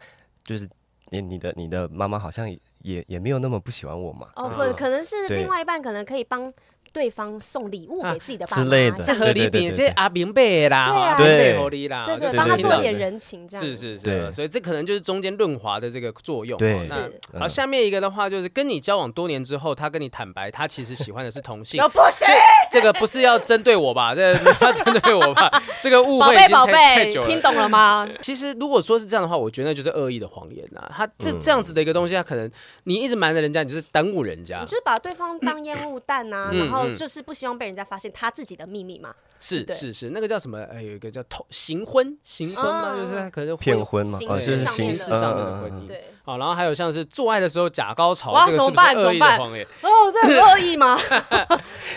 Speaker 2: 就是你你的你的妈妈好像也也也没有那么不喜欢我嘛，
Speaker 3: 哦，
Speaker 2: 就
Speaker 3: 可
Speaker 2: 是
Speaker 3: 可能
Speaker 2: 嗯
Speaker 3: 是
Speaker 2: 对啊
Speaker 3: 另外一半，可能可以帮对方送礼物给自己的爸
Speaker 2: 之
Speaker 3: 妈
Speaker 2: 类的
Speaker 1: 这合理
Speaker 2: 对对对
Speaker 1: 点，
Speaker 2: 对
Speaker 1: 这阿明白啦，
Speaker 3: 对啊
Speaker 1: 阿明白
Speaker 2: 对
Speaker 1: 合理啦，
Speaker 3: 对
Speaker 1: 就
Speaker 3: 对，
Speaker 1: 是
Speaker 3: 帮他
Speaker 1: 听
Speaker 3: 做
Speaker 1: 到
Speaker 3: 一点
Speaker 1: 的
Speaker 3: 人情，这样
Speaker 1: 是
Speaker 3: 子
Speaker 1: 是是，
Speaker 2: 对
Speaker 1: 所以这可能就是中间润滑的这个作用哦。
Speaker 2: 对嗯
Speaker 1: 那
Speaker 3: 是
Speaker 1: 好，下面一个的话就是跟你交往多年之后，他跟你坦白，他其实喜欢的是同性
Speaker 3: 有。不行，
Speaker 1: 这个不是要针对我吧？这 不要针对我 吧？这个误
Speaker 3: 宝
Speaker 1: 会已
Speaker 3: 贝
Speaker 1: 经
Speaker 3: 宝
Speaker 1: 太太
Speaker 3: 贝
Speaker 1: 久，
Speaker 3: 听
Speaker 1: 了。
Speaker 3: 懂 了吗？
Speaker 1: 其实如果说是这样的话，我觉得那就是恶意的谎言啊。他
Speaker 2: 嗯
Speaker 1: 这这样子的一个东西，他可能你一直瞒着人家，你就是耽误人家
Speaker 3: 你。就是把对方当烟雾弹啊，
Speaker 1: 啊嗯
Speaker 3: 然后
Speaker 1: 嗯
Speaker 3: 就是不希望被人家发现他自己的秘密嘛，
Speaker 1: 是
Speaker 3: 对
Speaker 1: 是是，那个叫什么？哎，有一个叫偷行婚，行婚嘛，
Speaker 3: 啊
Speaker 1: 就是他可能会
Speaker 2: 骗婚嘛，
Speaker 3: 形
Speaker 2: 啊，
Speaker 1: 式
Speaker 2: 就是
Speaker 1: 上面
Speaker 2: 形
Speaker 1: 的形式上面的婚姻
Speaker 2: 嗯嗯嗯
Speaker 3: 对。
Speaker 1: 好，然后还有像是做爱的时候假高潮，
Speaker 3: 哇
Speaker 1: 这个
Speaker 3: 怎
Speaker 1: 是
Speaker 3: 么
Speaker 1: 不是
Speaker 3: 办
Speaker 1: 恶意的
Speaker 3: 怎么办
Speaker 1: 谎言？
Speaker 3: 哦，这很恶意吗？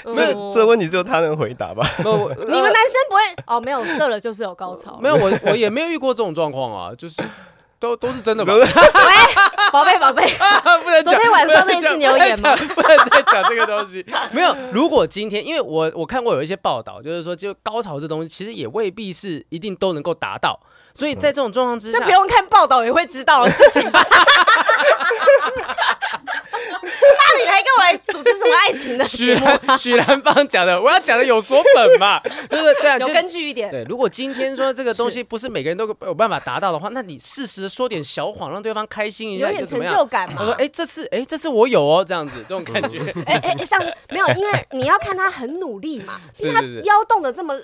Speaker 3: 嗯
Speaker 2: 这
Speaker 1: 呃
Speaker 2: 这问题只有他能回答吧？
Speaker 1: 不
Speaker 3: 你们男生不会哦，没有射了就是有高潮，
Speaker 1: 呃没有我，我也没有遇过这种状况啊，就是都都是 真的吧？
Speaker 3: 宝贝宝贝，
Speaker 1: 不能讲。
Speaker 3: 昨天晚上那一次你有演
Speaker 1: 不
Speaker 3: 吗
Speaker 1: 能讲？不能再讲这个东西。没有，如果今天，因为我我看过有一些报道，就是说，就高潮这东西其实也未必是一定都能够达到，所以在这种状况之
Speaker 3: 这
Speaker 1: 下
Speaker 3: 不，用看报道也会知道的事 情吧？那你还跟我来主持什么爱情的
Speaker 1: 许
Speaker 3: 节目？
Speaker 1: 兰许兰芳讲的，我要讲的有所本嘛，就是对 啊，
Speaker 3: 有
Speaker 1: 就
Speaker 3: 根据一点，
Speaker 1: 对，如果今天说这个东西不是每个人都有办法达到的话，那你适时地说点小谎，让对方开心一
Speaker 3: 有
Speaker 1: 下，
Speaker 3: 点
Speaker 1: 又怎
Speaker 3: 成
Speaker 1: 么
Speaker 3: 就
Speaker 1: 样？
Speaker 3: 感
Speaker 1: 我说，
Speaker 3: 嘛
Speaker 1: 哎、？这次，哎、这次我有哦，这样子，这种感 觉，
Speaker 3: 哎哎，像没有，因为你要看他很努力 嘛，
Speaker 1: 是
Speaker 3: 因为他
Speaker 1: 是是
Speaker 3: 腰动的这么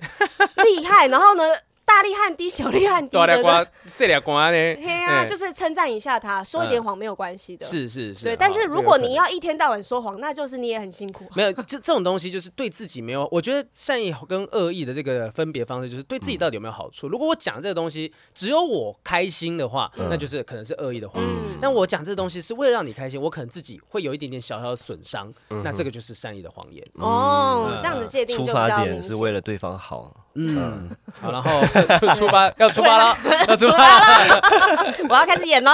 Speaker 3: 厉害，然后呢，大力汗滴，小力汗 滴
Speaker 1: 大啊俩瓜
Speaker 3: 的，，
Speaker 1: 这俩瓜呢？
Speaker 3: 嘿啊，
Speaker 1: 哎
Speaker 3: 就是称赞一下他，说一点谎没有关系的。
Speaker 1: 嗯是是是，
Speaker 3: 对，但是
Speaker 1: 好
Speaker 3: 如果你。
Speaker 1: 这个可能
Speaker 3: 要一天到晚说谎，那就是你也很辛苦啊。
Speaker 1: 没有，这这种东西就是对自己没有。我觉得善意跟恶意的这个分别方式，就是对自己到底有没有好处。如果我讲这个东西只有我开心的话，那就是可能是恶意的话。
Speaker 3: 嗯
Speaker 1: 但我讲这个东西是为了让你开心，我可能自己会有一点点小小的损伤，
Speaker 3: 嗯
Speaker 1: 那这个就是善意的谎言。
Speaker 3: 哦
Speaker 1: 嗯，
Speaker 3: 这样子界定
Speaker 2: 出
Speaker 3: 就比
Speaker 2: 发
Speaker 3: 较明
Speaker 2: 点是
Speaker 3: 显。
Speaker 2: 为了对方好，
Speaker 1: 嗯，好，然后 就出发，要出发了，要出发了。
Speaker 3: 我要开始演喽。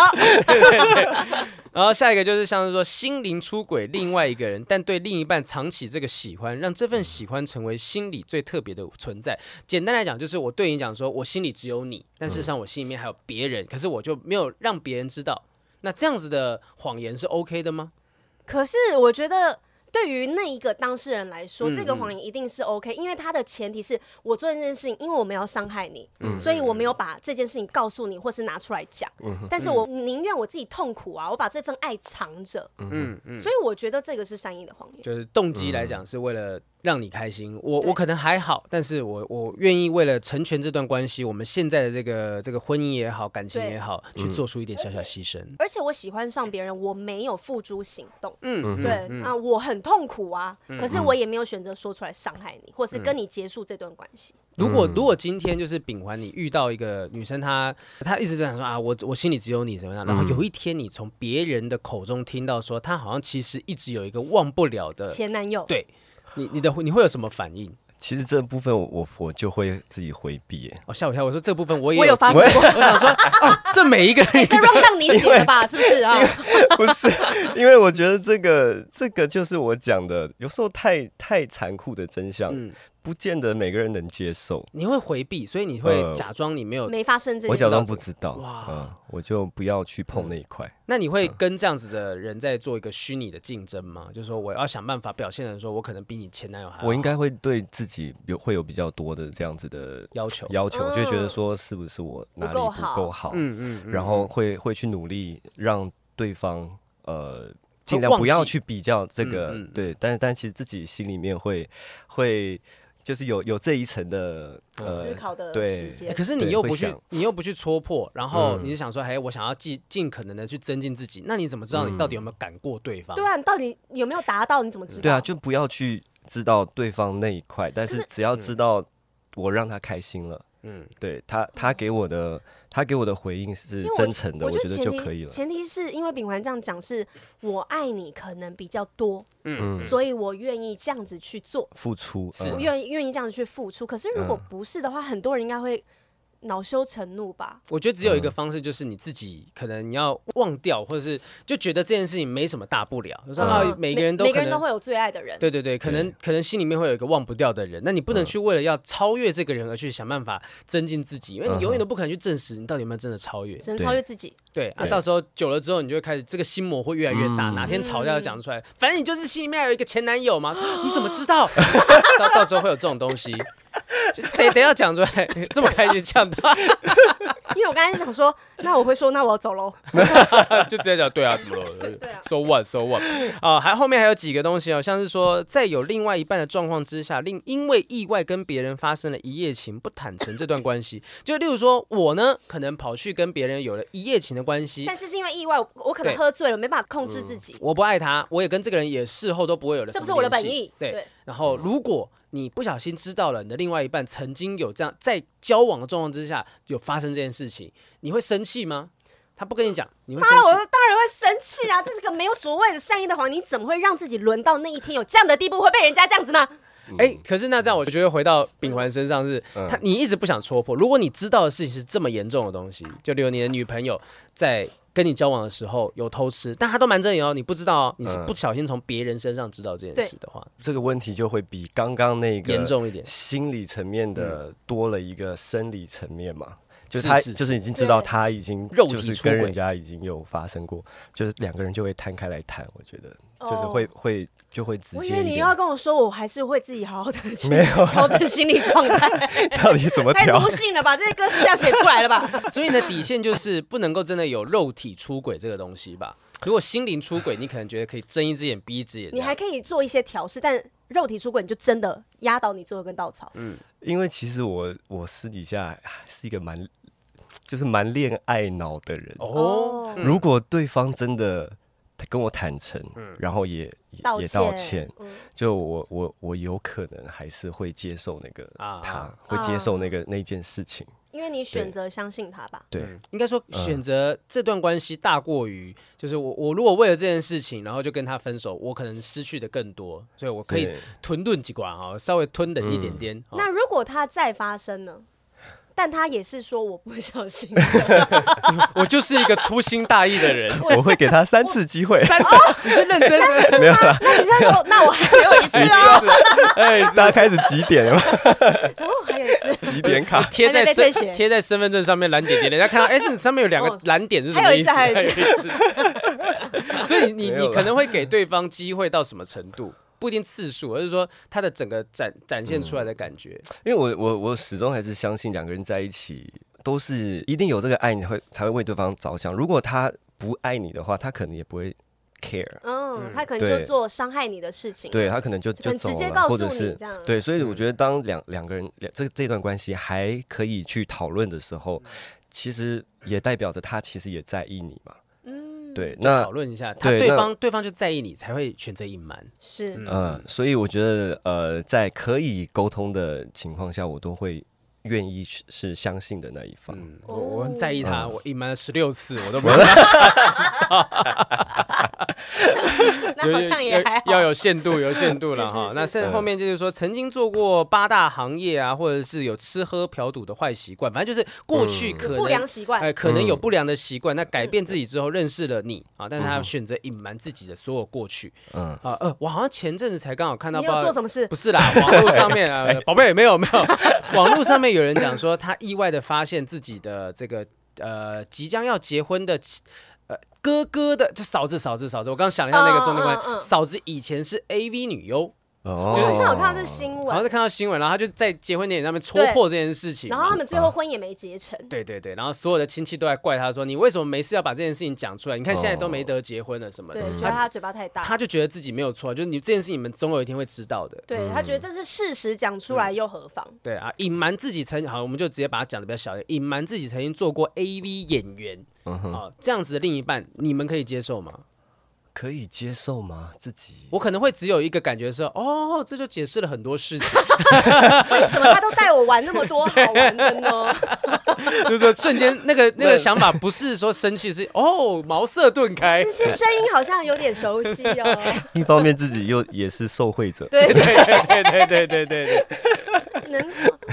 Speaker 1: 然后下一个就是像是说心灵出轨另外一个人，但对另一半藏起这个喜欢，让这份喜欢成为心里最特别的存在。简单来讲，就是我对你讲说，我心里只有你，但事实上我心里面还有别人，可是我就没有让别人知道。那这样子的谎言是 OK 的吗？
Speaker 3: 可是我觉得。对于那一个当事人来
Speaker 1: 嗯
Speaker 3: 说，这个谎言一定是 OK，因为他的前提是我做这件事情，因为我没有伤害你，
Speaker 1: 嗯
Speaker 3: 所以我没有把这件事情告诉你，或是拿出来讲。但
Speaker 1: 嗯
Speaker 3: 是我宁愿我自己痛苦啊，我把这份爱藏着。
Speaker 1: 嗯嗯，
Speaker 3: 所以我觉得这个是善意的谎言。
Speaker 1: 就是动机来讲是为了让你开心。我
Speaker 3: 对
Speaker 1: 我可能还好，但是我我愿意为了成全这段关系，我们现在的这个这个婚姻也好，感情
Speaker 3: 对
Speaker 1: 也好，去做出一点小小牺牲。
Speaker 3: 而且我喜欢上别人，我没有付诸行动。
Speaker 1: 嗯，
Speaker 3: 对、啊，我很痛苦啊，可是我也没有选择说出来伤害你，或是
Speaker 1: 嗯
Speaker 3: 跟你结束这段关系。
Speaker 1: 如果如果今天就是丙环，你遇到一个女生她，她一直在想说啊，我我心里只有你怎么样，然后有一天你从别人的口中听到说，她好像其实一直有一个忘不了的，
Speaker 3: 前男友，
Speaker 1: 呃对你你的你会有什么反应？
Speaker 2: 其实这部分我我我就会自己回避耶，
Speaker 1: 哦，吓我一跳！我说这部分我也
Speaker 3: 我有
Speaker 1: 有
Speaker 3: 发
Speaker 1: 经历
Speaker 3: 生过
Speaker 1: 我想说，哦，这每 一个人
Speaker 3: 这 round down 哎你写的吧？是不是啊？
Speaker 2: 不是， 因为我觉得这个这个就是我讲的，有时候太太残酷的真相，不见得每个人能接受。
Speaker 1: 你会回避，所以你会
Speaker 2: 呃
Speaker 1: 假装你没有。
Speaker 3: 没发生这
Speaker 2: 我
Speaker 3: 件
Speaker 2: 假
Speaker 3: 事。
Speaker 2: 装不知道，
Speaker 1: 哇
Speaker 2: 嗯，我就不要去碰那一块。
Speaker 1: 那你
Speaker 2: 嗯
Speaker 1: 会跟这样子的人在做一个虚拟的竞争吗？就是说我要想办法表现的说，我可能比你前男友还要
Speaker 2: 我应该会对自己有会有比较多的这样子的
Speaker 1: 要求。
Speaker 2: 要求，
Speaker 3: 嗯
Speaker 2: 就会觉得说是不是我哪里
Speaker 3: 不够
Speaker 2: 不
Speaker 3: 好
Speaker 2: 够好，
Speaker 1: 嗯嗯，
Speaker 2: 然后会会去努力让对方呃尽量
Speaker 1: 忘
Speaker 2: 不要
Speaker 1: 记
Speaker 2: 去比较这个，
Speaker 1: 嗯嗯
Speaker 2: 对，但但其实自己心里面会会就是有有这一层的呃
Speaker 3: 思考的时
Speaker 2: 对
Speaker 1: 欸
Speaker 3: 间。
Speaker 1: 可是你
Speaker 2: 对
Speaker 1: 又
Speaker 2: 会
Speaker 1: 不去
Speaker 2: 想，嗯
Speaker 1: 你又不去戳破，然后你就想说，哎、我想要尽尽可能的去增进自
Speaker 2: 嗯
Speaker 3: 啊
Speaker 1: 己，那你怎么知道你到底有没有赶过对方？
Speaker 3: 对啊，你到底有没有达到？你怎么知道？
Speaker 2: 对啊，就不要去知道对方那一块，但
Speaker 3: 可
Speaker 2: 是
Speaker 3: 是
Speaker 2: 只要知道我让他开心了，
Speaker 1: 嗯，
Speaker 2: 对他他给我的他给我的回应是
Speaker 3: 因为
Speaker 2: 真诚的，我
Speaker 3: 我
Speaker 2: 觉
Speaker 3: 得
Speaker 2: 得
Speaker 3: 前
Speaker 2: 就
Speaker 3: 提
Speaker 2: 可以了。
Speaker 3: 前提是因为秉环这样讲，是我爱你可能比较多，
Speaker 2: 嗯，
Speaker 3: 所以我愿意这样子去做，
Speaker 2: 付出
Speaker 1: 是
Speaker 3: 我
Speaker 2: 嗯
Speaker 3: 愿意愿意这样子去付出。可是如果不是的话，很多人应该会恼羞成怒吧？
Speaker 1: 我觉得只有一个方式，就是你自己可能你要忘掉，或者是就觉得这件事情没什么大不了。就说啊
Speaker 3: 嗯，
Speaker 1: 每个人都
Speaker 3: 每
Speaker 1: 可
Speaker 3: 个人都
Speaker 1: 能。
Speaker 3: 会有最爱的人，
Speaker 1: 对对对，可能可能心里面会有一个忘不掉的人，那你不
Speaker 2: 嗯
Speaker 1: 能去为了要超越这个人而去想办法增进自己，因
Speaker 2: 嗯
Speaker 1: 为你永远都不可能去证实你到底有没有真的超越。
Speaker 3: 只能超越自己。
Speaker 1: 对啊，
Speaker 2: 对
Speaker 1: 到时候久了之后，你就会开始这个心魔会越来越大，
Speaker 2: 嗯
Speaker 1: 哪天吵架就讲出来，反正你就是心里面有一个前男友嘛，说你怎么知道？ 到到时候会有这种东西，就是得得要讲出来， 这么开心呛到，
Speaker 3: 因为我刚才想说，那我会说，那我要走喽。
Speaker 1: 就直接讲对啊，怎么 了
Speaker 3: 对啊
Speaker 1: ？So what? So what? 啊，还后面还有几个东西哦，像是说，在有另外一半的状况之下，另因为意外跟别人发生了一夜情，不坦诚这段关 系，就例如说我呢，可能跑去跟别人有了一夜情的关系
Speaker 3: 但。是是因为意外，我我可能
Speaker 1: 对
Speaker 3: 喝醉了，没办法控制自己，
Speaker 1: 我不爱他，我也跟这个人也事后都不会有了什
Speaker 3: 这
Speaker 1: 么
Speaker 3: 不
Speaker 1: 联系。
Speaker 3: 是我的本意。
Speaker 1: 对，然后，如果你不小心知道了你的另外一半曾经有这样在交往的状况之下有发生这件事情，你会生气吗？他不跟你讲，你会生
Speaker 3: 妈，我
Speaker 1: 气？
Speaker 3: 当然会生气啊！这是个没有所谓的善意的谎，你怎么会让自己沦到那一天有这样的地步，会被人家这样子呢？
Speaker 1: 哎、可是那这样我就会回到秉环身上是，他你一直不想戳破。如果你知道的事情是这么严重的东西，就例如你的女朋友在跟你交往的时候有偷吃，但她都瞒着你哦，你不知道哦，你是
Speaker 2: 嗯
Speaker 1: 不小心从别人身上知道这件事的话，
Speaker 2: 这个问题就会比刚刚那个
Speaker 1: 严重一点
Speaker 2: 心理层面的多了一个生理层面嘛。就是他
Speaker 1: 嗯是是
Speaker 2: 就是已经知道他已经
Speaker 1: 肉体
Speaker 2: 就是
Speaker 1: 出
Speaker 2: 跟
Speaker 1: 轨
Speaker 2: 人家已经有发生过，就是两个人就会摊开来谈，我觉得就是
Speaker 3: 哦
Speaker 2: 会会就会直
Speaker 3: 我以
Speaker 2: 接
Speaker 3: 为
Speaker 2: 一
Speaker 3: 你
Speaker 2: 点
Speaker 3: 又。 要跟我说，我还是会自己好好的去
Speaker 2: 没有
Speaker 3: 调整心理状态，
Speaker 2: 到底怎么
Speaker 3: 太
Speaker 2: 调
Speaker 3: 多？性了吧？这些歌是这样写出来 了吧？
Speaker 1: 所以呢，底线就是不能够真的有肉体出轨这个东西吧。如果心灵出轨，你可能觉得可以睁一只眼闭一只眼这
Speaker 3: 你
Speaker 1: 样，
Speaker 3: 还可以做一些调试，但肉体出轨你就真的压倒你最后一根稻草。
Speaker 2: 嗯因为其实我我私底下是一个蛮就是蛮恋爱脑的人。
Speaker 1: 哦，
Speaker 3: 嗯
Speaker 2: 如果对方真的跟我坦诚，然后也也
Speaker 3: 道
Speaker 2: 也
Speaker 3: 歉，
Speaker 2: 道歉，
Speaker 3: 嗯
Speaker 2: 就我我我有可能还是会接受那个
Speaker 1: 啊
Speaker 2: 他
Speaker 1: 啊
Speaker 2: 会接受
Speaker 3: 嗯
Speaker 2: 那个那件事情，
Speaker 3: 因为你选择相信他吧。
Speaker 2: 对，
Speaker 1: 应该说选择这段关系大过于，就是我我如果为了这件事情，然后就跟他分手，我可能失去的更多，所以我可以
Speaker 2: 对
Speaker 1: 吞顿几管啊，稍微吞忍一点点。哦
Speaker 3: 那如果他再发生呢？但他也是说我不小心，
Speaker 1: 我就是一个粗心大意的 人，
Speaker 2: 我会给他三次机会，
Speaker 1: 三次，你是认真的，
Speaker 2: 没有啦，
Speaker 3: 那你现在说，那我还有一次哦，
Speaker 2: 哎，大家开始几点了吗？
Speaker 3: 然后还有一次，
Speaker 2: 几点卡？
Speaker 1: 贴在
Speaker 3: 还没被
Speaker 1: 身
Speaker 3: 退学
Speaker 1: 贴在身份证上面蓝点点，人家看到，哎，这上面有两个
Speaker 3: 哦
Speaker 1: 蓝点是什
Speaker 3: 还
Speaker 1: 么
Speaker 3: 有一
Speaker 1: 意
Speaker 3: 次
Speaker 1: 思？
Speaker 3: 还有一
Speaker 1: 还有一次 所以你你
Speaker 2: 没有
Speaker 1: 你
Speaker 2: 啦
Speaker 1: 可能会给对方机会到什么程度？不一定次数，而是说他的整个展展现出来的感觉。
Speaker 2: 因为我我我始终还是相信两个人在一起都是一定有这个爱，你会才会为对方着想。如果他不爱你的话，他可能也不会 care。
Speaker 3: 嗯，他可能就
Speaker 2: 对
Speaker 3: 做伤害你的事情，
Speaker 2: 对他可能就就
Speaker 3: 可能
Speaker 2: 走
Speaker 3: 直接
Speaker 2: 了，
Speaker 3: 告诉
Speaker 2: 或者
Speaker 3: 你
Speaker 2: 是
Speaker 3: 这样啊
Speaker 2: 对，所以我
Speaker 1: 嗯
Speaker 2: 觉得当两两个人两这这段关系还可以去讨论的时候，
Speaker 3: 嗯
Speaker 2: 其实也代表着他其实也在意你嘛。
Speaker 3: 嗯，
Speaker 2: 对，那
Speaker 1: 讨论一下，他
Speaker 2: 对
Speaker 1: 对
Speaker 2: 那
Speaker 1: 方对方就在意你，才会选择隐瞒。
Speaker 3: 是，
Speaker 2: 嗯，所以我觉得，呃，在可以沟通的情况下，我都会愿意是是相信的那一方。
Speaker 1: 嗯，
Speaker 3: 哦
Speaker 1: 我我很在意他，我隐瞒了十六次，我都没有。
Speaker 3: 那好像也还好，
Speaker 1: 要要有限度，有限度了
Speaker 3: 是
Speaker 1: 哈
Speaker 3: 是。
Speaker 1: 那甚至后面就是说，曾经做过八大行业啊，或者是有吃喝嫖赌的坏习惯，反正就是过去可
Speaker 3: 嗯不良
Speaker 1: 能。
Speaker 3: 习惯嗯
Speaker 1: 哎，可能有不良的习惯，那改变自己之后认识了你啊，但是他选择隐瞒自己的所有过去。嗯啊呃，我好像前阵子才刚好看到，
Speaker 3: 你
Speaker 1: 不知
Speaker 3: 有
Speaker 1: 道
Speaker 3: 做什么事
Speaker 1: 不？是啦，网络上面啊，呃宝贝没有没有，网络上面有人讲说，他意外的发现自己的这个呃即将要结婚的妻呃哥哥的，就嫂子嫂子嫂子，我刚想了一下那个重点
Speaker 3: 嗯嗯
Speaker 1: 关
Speaker 3: 嗯
Speaker 1: 系，嫂子以前是 AV 女优，
Speaker 2: 哦
Speaker 3: 我好像有看到这新
Speaker 1: 然后
Speaker 3: 闻
Speaker 1: 就，看到新闻，然后他就在结婚典礼上面戳破这件事情嘛，
Speaker 3: 然后他们最后婚也没结成，
Speaker 1: 对对对，然后所有的亲戚都在怪他说，你为什么没事要把这件事情讲出来？你看现在都没得结婚了什么
Speaker 3: 对
Speaker 1: 的，，
Speaker 3: 觉得他嘴巴太大
Speaker 1: 嗯他，就觉得自己没有错，就是你这件事情你们总有一天会知道的。
Speaker 3: 对他觉得这是事实，讲出
Speaker 1: 嗯
Speaker 3: 来又何妨？
Speaker 1: 对啊，隐瞒自己曾好，我们就直接把它讲的比较小一点，隐瞒自己嗯哦曾经做过 AV 演员，啊、这样子的另一半，你们可以接受吗？
Speaker 2: 可以接受吗？自己
Speaker 1: 我可能会只有一个感觉是，哦，这就解释了很多事 情，
Speaker 3: 为什么他都带我玩那么多好玩的 呢？
Speaker 1: 就是说瞬间那个那个想法不是说生气，是哦茅塞顿开
Speaker 3: 这。些声音好像有点熟悉哦。
Speaker 2: 一方面自己又也是受惠者，
Speaker 1: 对
Speaker 3: 对，
Speaker 1: 对 对对对对 对，
Speaker 3: 能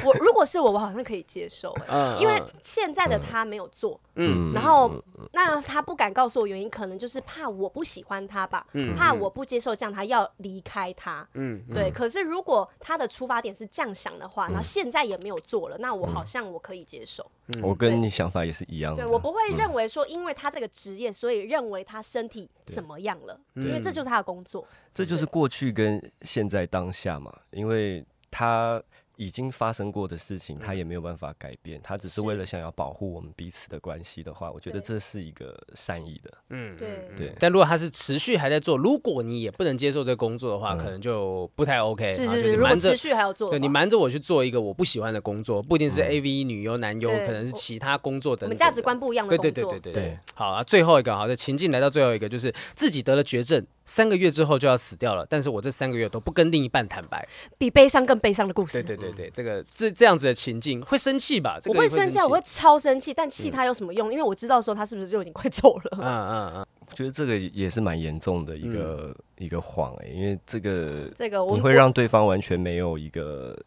Speaker 3: 我如果是我，我好像可以接受哎、
Speaker 1: 嗯
Speaker 3: 因为现在的他没有做，
Speaker 1: 嗯
Speaker 3: 嗯，然后那他不敢告诉我原因，可能就是怕我不喜欢他吧，怕我不接受这样，他要离开他，
Speaker 1: 嗯嗯
Speaker 3: 嗯，对。可是如果他的出发点是这样想的话，那现在也没有做了，那我好像我可以接受，
Speaker 1: 嗯
Speaker 2: 我跟你想法也是一样的。
Speaker 3: 对我不会认为说因为他这个职业，所以认为他身体怎么样了，
Speaker 1: 嗯
Speaker 3: 因为这就是他的工作，
Speaker 2: 这就是过去跟现在当下嘛，因为他已经发生过的事情，他也没有办法改变，他只是为了想要保护我们彼此的关系的话，我觉得
Speaker 3: 对
Speaker 2: 这是一个善意的。
Speaker 3: 对。
Speaker 2: 对，
Speaker 1: 嗯但如果他是持续还在做，如果你也不能接受这个工作的话，可能就不太 OK。
Speaker 3: 是
Speaker 1: 然后
Speaker 3: 是，
Speaker 1: 就是你
Speaker 3: 如果
Speaker 1: 瞒着
Speaker 3: 持续还要做的话，
Speaker 1: 对你瞒着我去做一个我不喜欢的工作，不一定是 AV 女优、男优，
Speaker 3: 对
Speaker 1: 可能是其他工作
Speaker 3: 我
Speaker 1: 等等的。
Speaker 3: 们价值观不一样的
Speaker 1: 对
Speaker 3: 工
Speaker 1: 对
Speaker 3: 作，
Speaker 1: 对对对对
Speaker 2: 对。
Speaker 1: 好啊，最后一个好的情境来到最后一个，就是自己得了绝症，三个月之后就要死掉了，但是我这三个月都不跟另一半坦白。
Speaker 3: 比悲伤更悲伤的故事。
Speaker 1: 对对对对，这个这这样子的情境会生气吧？这
Speaker 3: 我
Speaker 1: 个
Speaker 3: 会
Speaker 1: 会
Speaker 3: 生气，嗯啊，我会。超生气，但气他有什么用？因为我知道说他是不是就已经快走了。
Speaker 1: 嗯嗯嗯，
Speaker 2: 我觉得这个也是蛮严重的一个、一个谎哎、因为这个
Speaker 3: 这个嗯我
Speaker 2: 你会让对方完全没有一个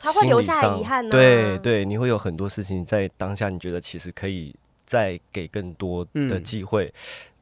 Speaker 3: 他会
Speaker 2: 心理
Speaker 3: 留下
Speaker 2: 上
Speaker 3: 遗憾呢、啊
Speaker 2: 对，对，你会有很多事情在当下，你觉得其实可以再给更多的
Speaker 1: 嗯
Speaker 2: 机会，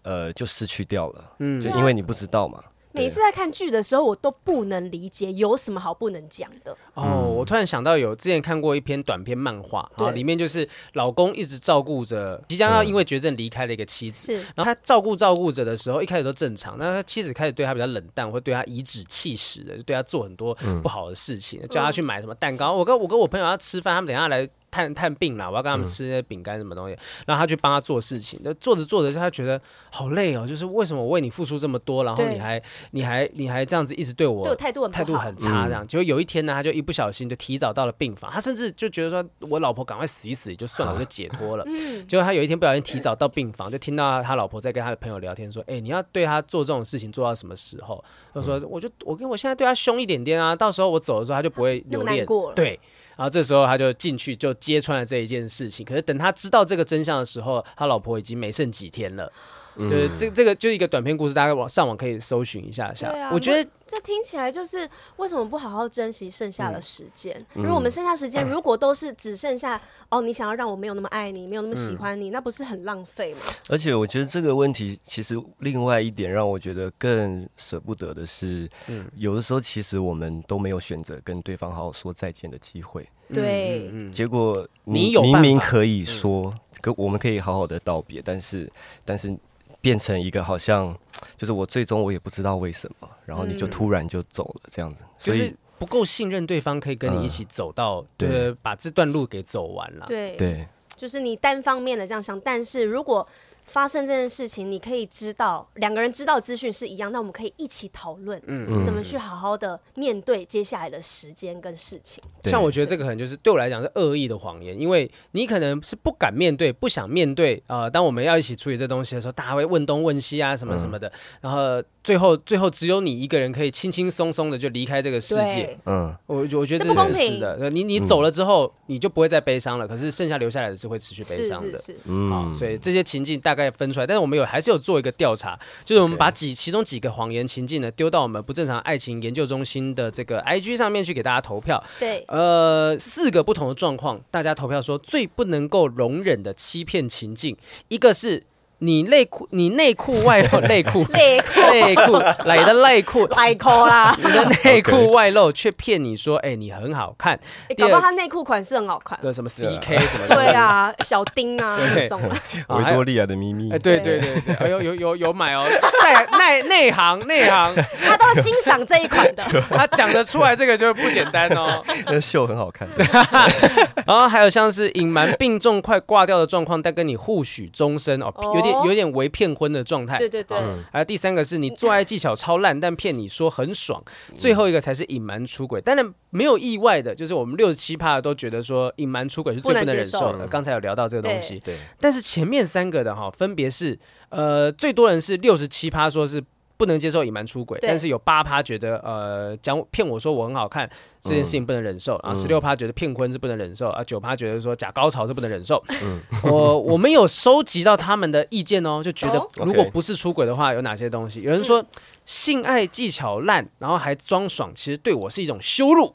Speaker 2: 呃，就失去掉了，
Speaker 1: 嗯
Speaker 3: 啊
Speaker 2: 就因为你不知道嘛。
Speaker 3: 每次在看剧的时候，我都不能理解有什么好不能讲的。
Speaker 1: 哦，我突然想到有之前看过一篇短篇漫画，然后
Speaker 3: 对
Speaker 1: 里面就是老公一直照顾着即将要因为绝症离开的一个妻子，
Speaker 3: 是，
Speaker 1: 然后他照顾照顾着的时候，一开始都正常，那他妻子开始对他比较冷淡，会对他颐指气使的，就对他做很多不好的事
Speaker 3: 嗯
Speaker 1: 情，叫他去买什么蛋糕。我跟我跟我朋友要吃饭，他们等一下来探探病啦，我要跟他们吃那些饼干什么东西，然后他去帮他做事情。那做着做着，他觉得好累哦，就是为什么我为你付出这么多，然后
Speaker 3: 对
Speaker 1: 你还你还你还这样子一直对我
Speaker 3: 对我态度很不好
Speaker 1: 态度很差，这样。结果有一天呢，他就一不小心就提早到了病房，他甚至就觉得说，我老婆赶快死一死也就算了，我就解脱了。
Speaker 3: 嗯
Speaker 1: 结果他有一天不小心提早到病房，就听到他老婆在跟他的朋友聊天说：“哎、你要对他做这种事情做到什么时候？”他说：“我就我跟我现在对他凶一点点啊，到时候我走的时候他就不会
Speaker 3: 那
Speaker 1: 留
Speaker 3: 么
Speaker 1: 恋
Speaker 3: 难。过”了
Speaker 1: 对。然后这时候他就进去，就揭穿了这一件事情。可是等他知道这个真相的时候，他老婆已经没剩几天了。就是这这个就是一个短篇故事，大家网上网可以搜寻一下下。
Speaker 3: 对啊
Speaker 1: 我觉得
Speaker 3: 这听起来就是为什么不好好珍惜剩下
Speaker 2: 嗯
Speaker 3: 的时间？如果我们剩下时间，如果都是只剩下哦，你想要让我没有那么爱你，没有那么
Speaker 2: 嗯
Speaker 3: 喜欢你，那不是很浪费吗？
Speaker 2: 而且我觉得这个问题，其实另外一点让我觉得更舍不得的是，
Speaker 1: 嗯
Speaker 2: 有的时候其实我们都没有选择跟对方好好说再见的机会，
Speaker 3: 对，
Speaker 2: 结果
Speaker 1: 嗯你有办
Speaker 2: 明
Speaker 1: 法嗯
Speaker 2: 明可以说，可我们可以好好的道别，但是但是变成一个好像就是我最终我也不知道为什么，然后你就突然就走了这样子，
Speaker 1: 嗯就
Speaker 2: 所以嗯
Speaker 1: 是不够信任对方，可以跟你一起走到，
Speaker 2: 对
Speaker 1: 呃，把这段路给走完了。
Speaker 3: 对，
Speaker 2: 对。
Speaker 3: 就是你单方面的这样想，但是如果发生这件事情，你可以知道两个人知道资讯是一样，那我们可以一起讨论，嗯，怎么去好好的面对接下来的时间跟事情。
Speaker 2: 对
Speaker 1: 像我觉得这个可能就是对我来讲是恶意的谎言，因为你可能是不敢面对、不想面对。呃，当我们要一起处理这东西的时候，大家会问东问西啊，什么什么的。
Speaker 2: 嗯
Speaker 1: 然后最后最后只有你一个人可以轻轻松松的就离开这个世界
Speaker 3: 对。，
Speaker 2: 嗯，
Speaker 1: 我我觉得
Speaker 3: 这
Speaker 1: 这
Speaker 3: 不
Speaker 1: 是
Speaker 3: 公
Speaker 1: 自
Speaker 3: 平
Speaker 1: 私的。你你走了之后，你就不会再悲伤了，可是剩下留下来的是会持续悲
Speaker 3: 是
Speaker 1: 伤
Speaker 3: 是
Speaker 1: 的。嗯
Speaker 3: 是，
Speaker 1: 好，所以这些情境大概分出来，但是我们有还是有做一个调查，就是我们把几其中几个谎言情境呢丢到我们不正常爱情研究中心的这个 IG 上面去给大家投票。
Speaker 3: 对，
Speaker 1: 呃，四个不同的状况，大家投票说最不能够容忍的欺骗情境，一个是你内裤你内裤外露内裤
Speaker 3: 内裤
Speaker 1: 内裤来的内 裤。
Speaker 3: 太 抠啦，
Speaker 1: 你的内裤外露，却骗你说，哎、你很好看，
Speaker 3: 欸
Speaker 1: 第二
Speaker 3: 搞不好他内裤款式很好看，
Speaker 1: 对什么 CK 什 么的，
Speaker 3: 对啊，小丁啊
Speaker 1: 对
Speaker 3: 那种，
Speaker 1: 啊
Speaker 2: 维
Speaker 1: 还有
Speaker 2: 多利亚的秘密
Speaker 1: 哎、，对对对对，哎呦有有有买 哦，内内内行内行，
Speaker 3: 他都欣赏这一款 的。
Speaker 1: 他讲得出来这个就不简单 哦。
Speaker 2: 那秀很好看。
Speaker 1: 然后还有像是隐瞒病重快挂掉的状况，但跟你互许终身哦，有点点有点为骗婚的状态。
Speaker 3: 对对对，
Speaker 1: 还有第三个是你做爱技巧超烂，但骗你说很爽。最后一个才是隐瞒出轨。当然没有意外的，就是我们六十七趴都觉得说隐瞒出轨是最不能忍受
Speaker 3: 不
Speaker 1: 的。刚才有聊到这个东西，
Speaker 2: 对，
Speaker 1: 但是前面三个的哈，分别是呃最多人是六十七趴说是。不能接受隐瞒出轨，
Speaker 3: 对
Speaker 1: 但是有八趴觉得呃讲骗我说我很好看这件事情不能忍受，啊十六趴觉得骗婚是不能忍受，啊九趴觉得说假高潮是不能忍受。我我们有收集到他们的意见哦，就觉得
Speaker 3: 哦
Speaker 1: 如果
Speaker 2: OK
Speaker 1: 不是出轨的话，有哪些东西？有人说性爱技巧烂，然后还装爽，其实对我是一种羞辱。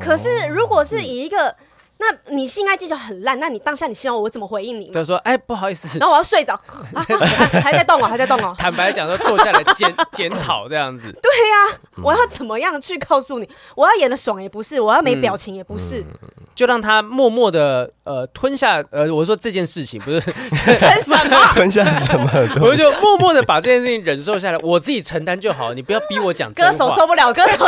Speaker 3: 可
Speaker 1: 哦
Speaker 3: 是如
Speaker 1: 嗯
Speaker 3: 果是以一个，那你性爱技巧很烂，那你当下你希望我怎么回应你嘛？
Speaker 1: 他说哎不好意思
Speaker 3: 然，后我要睡着， 啊，啊还还在动哦，还在动哦。
Speaker 1: 坦白讲说坐下来检 检讨这样子。
Speaker 3: 对呀、
Speaker 1: 嗯
Speaker 3: 我要怎么样去告诉你？我要演的爽也不是，我要没表情也不是，
Speaker 1: 嗯就让他默默的呃吞下呃，我说这件事情不是，
Speaker 3: 很什么？
Speaker 2: 吞下什么东
Speaker 1: 我就默默的把这件事情忍受下来，我自己承担就好，你不要逼我讲真
Speaker 3: 歌
Speaker 1: 话。
Speaker 3: 手受不了，歌手受不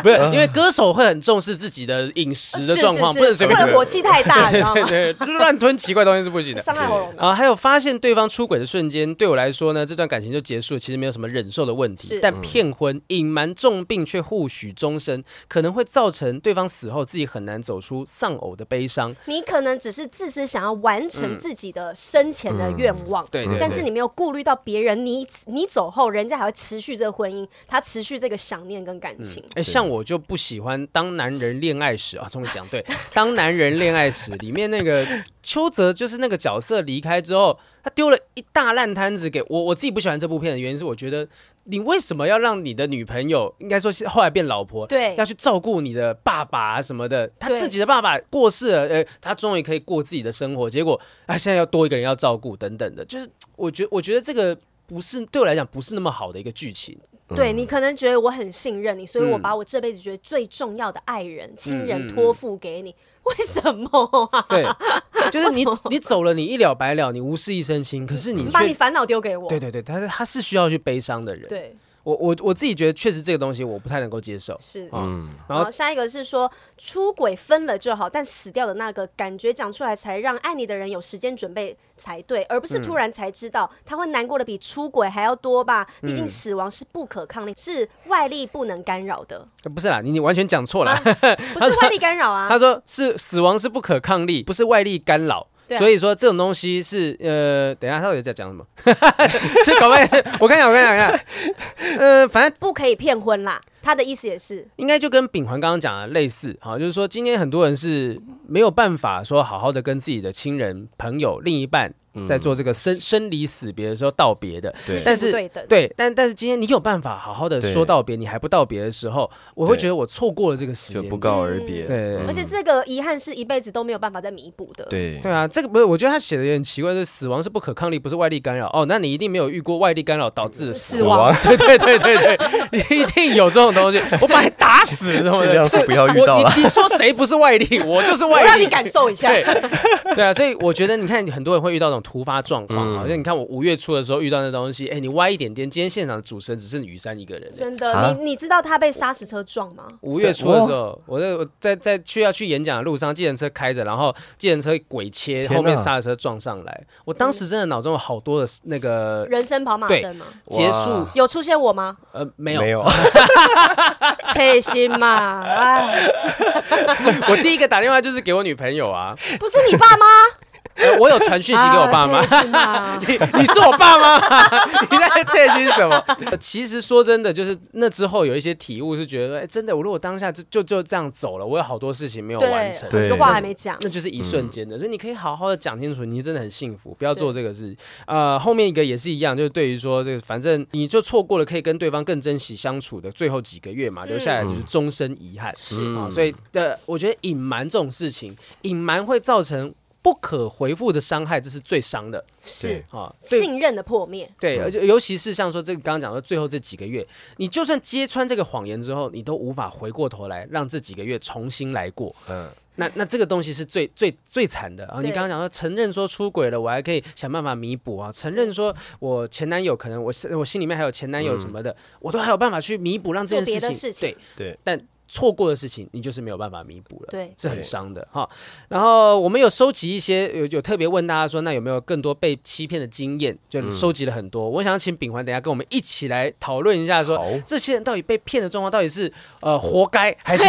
Speaker 1: 不是因为歌手会很重视自己的饮食的状况，
Speaker 3: 是
Speaker 1: 不能
Speaker 3: 是
Speaker 1: 随
Speaker 3: 是，
Speaker 1: 便
Speaker 3: 不 能火气太大，你知道
Speaker 1: 对
Speaker 3: 吗？
Speaker 1: 对对，乱吞奇怪东西是不行的。
Speaker 3: 伤害喉咙的。
Speaker 1: 啊，还有发现对方出轨的瞬间，对我来说呢，这段感情就结束，其实没有什么忍受的问题
Speaker 3: 是。
Speaker 1: 但骗婚、隐瞒重病却互许终身，可能会造成对方死后自己很难走出丧偶的悲伤。
Speaker 3: 你可能只是自私，想要完成自己的生前的愿望，
Speaker 1: 嗯对对对
Speaker 3: 但是你没有顾虑到别人，你你走后，人家还会持续这个婚姻，他持续这个想念跟感情。
Speaker 1: 哎、像我就不喜欢《当男人恋爱时》啊，终于讲对， 《当男人恋爱时》里面那个邱泽就是那个角色离开之后，他丢了一大烂摊子给我。我自己不喜欢这部片的原因是，我觉得你为什么要让你的女朋友，应该说是后来变老婆，
Speaker 3: 对
Speaker 1: 要去照顾你的爸爸啊什么的。他
Speaker 3: 对
Speaker 1: 自己的爸爸过世了，呃，他终于可以过自己的生活，结果啊，现在要多一个人要照顾等等的，就是我觉我觉得这个不是对我来讲不是那么好的一个剧情。
Speaker 3: 对你可能觉得我很信任你，所以我
Speaker 1: 嗯
Speaker 3: 把我这辈子觉得最重要的爱人、亲
Speaker 1: 嗯
Speaker 3: 人
Speaker 1: 嗯
Speaker 3: 托付给你，为什么啊？
Speaker 1: 对，就是你你走了，你一了百了，你无事一身轻，可是你
Speaker 3: 把你
Speaker 1: 却
Speaker 3: 烦恼丢给我。
Speaker 1: 对对对，他是他是需要去悲伤的人。
Speaker 3: 对
Speaker 1: 我我我自己觉得确实这个东西我不太能够接受。
Speaker 3: 是。
Speaker 2: 嗯，
Speaker 1: 然
Speaker 3: 然
Speaker 1: 后
Speaker 3: 后下一个是说出轨分了就好，但死掉的那个感觉讲出来，才让爱你的人有时间准备才对，而不是突然才知道，他会难过的比出轨还要多吧？
Speaker 1: 嗯
Speaker 3: 毕竟死亡是不可抗力，是外力不能干扰的，
Speaker 1: 呃不是啦，你你完全讲错了。
Speaker 3: 啊不是外力干扰啊
Speaker 1: 他。说是死亡是不可抗力，不是外力干扰。
Speaker 3: 对啊
Speaker 1: 所以说这种东西是呃，等一下他到底在讲什么？ 是搞半天，我看一下，我看一下，我看一下。呃，反正
Speaker 3: 不可以骗婚啦，他的意思也是，
Speaker 1: 应该就跟秉环刚刚讲的类似，哈，就是说今天很多人是没有办法说好好的跟自己的亲人、朋友、另一半在做这个生生离死别的时候道别的，
Speaker 2: 嗯对
Speaker 1: 但是
Speaker 3: 资讯不对等，
Speaker 1: 对，但但是今天你有办法好好的
Speaker 2: 对
Speaker 1: 说道别，你还不道别的时候，我会
Speaker 2: 对
Speaker 1: 觉得我错过了这个时
Speaker 2: 就
Speaker 1: 间
Speaker 2: 不。嗯告而别。
Speaker 1: 对
Speaker 3: 而且这个遗憾是一辈子都没有办法再弥补的。
Speaker 2: 对
Speaker 1: 对啊，这个不是，我觉得他写的有点奇怪，就是死亡是不可抗力，不是外力干扰。哦，那你一定没有遇过外力干扰导致的死
Speaker 3: 死亡
Speaker 1: 亡。 对对对对对，你一定有这种东西，我把你打死，这 种
Speaker 2: 尽量是不要遇到
Speaker 1: 我
Speaker 2: 了。
Speaker 1: 你你说谁不是外力？我就是
Speaker 3: 我
Speaker 1: 外力。
Speaker 3: 让你感受一下，
Speaker 1: 对对啊，所以我觉得你看很多人会遇到那种突发状况，
Speaker 2: 嗯
Speaker 1: 好像你看我五月初的时候遇到那东西，哎，你歪一点点，今天现场的主持人只剩雨山一个人。欸
Speaker 3: 真的，
Speaker 2: 啊
Speaker 3: 你你知道他被砂石车撞吗？
Speaker 1: 五月初的时
Speaker 3: 哦
Speaker 1: 候，我在我在在去要去演讲的路上，计程车开着，然后计程车鬼切，
Speaker 2: 天哪
Speaker 1: 后面刹车撞上来。我当时真的脑中有好多的那个
Speaker 3: 人生跑马
Speaker 1: 对
Speaker 3: 灯吗？
Speaker 1: 结束，
Speaker 3: 有出现我吗？
Speaker 1: 呃，没有。
Speaker 2: 有，
Speaker 3: 切心嘛，哎，
Speaker 1: 我第一个打电话就是给我女朋友啊，
Speaker 3: 不是你爸妈？
Speaker 1: 呃我有传讯息给我爸妈
Speaker 3: 啊。切 心嘛
Speaker 1: 你你是我爸妈吗？ 你在这些是什么？其实说真的，就是那之后有一些体悟，是觉得，哎、真的，我如果当下就就就这样走了，我有好多事情没有完成。
Speaker 2: 对
Speaker 3: 很多话还没讲。
Speaker 1: 那就是一瞬间的，所以你可以好好的讲清楚，你真的很幸福，不要做这个事。呃，后面一个也是一样，就是对于说这个，反正你就错过了可以跟对方更珍惜相处的最后几个月嘛，留下来就是终身遗憾。是啊，所以的、呃我觉得隐瞒这种事情，隐瞒会造成不可回复的伤害，这是最伤的
Speaker 3: 是
Speaker 1: 啊。对
Speaker 3: 信任的破灭，
Speaker 1: 对，而且尤其是像说这个刚刚讲的最后这几个月，你就算揭穿这个谎言之后，你都无法回过头来让这几个月重新来过。
Speaker 2: 嗯，
Speaker 1: 那那这个东西是最最最惨的。然啊后你
Speaker 3: 对
Speaker 1: 刚刚讲说承认说出轨了，我还可以想办法弥补啊。承认说我前男友可能我是我心里面还有前男友什么的，我都还有办法去弥补，让这
Speaker 3: 做
Speaker 1: 件
Speaker 3: 别
Speaker 1: 事
Speaker 3: 的
Speaker 1: 情
Speaker 3: 事情
Speaker 1: 对。
Speaker 2: 对
Speaker 1: 但错过的事情，你就是没有办法弥补了，
Speaker 3: 对
Speaker 1: 是很伤的哈。然后我们有收集一些，有有特别问大家说，那有没有更多被欺骗的经验？就收集了很多。我想请秉环等一下跟我们一起来讨论一下说，
Speaker 2: 好
Speaker 1: 这些人到底被骗的状况到底是呃活该，还是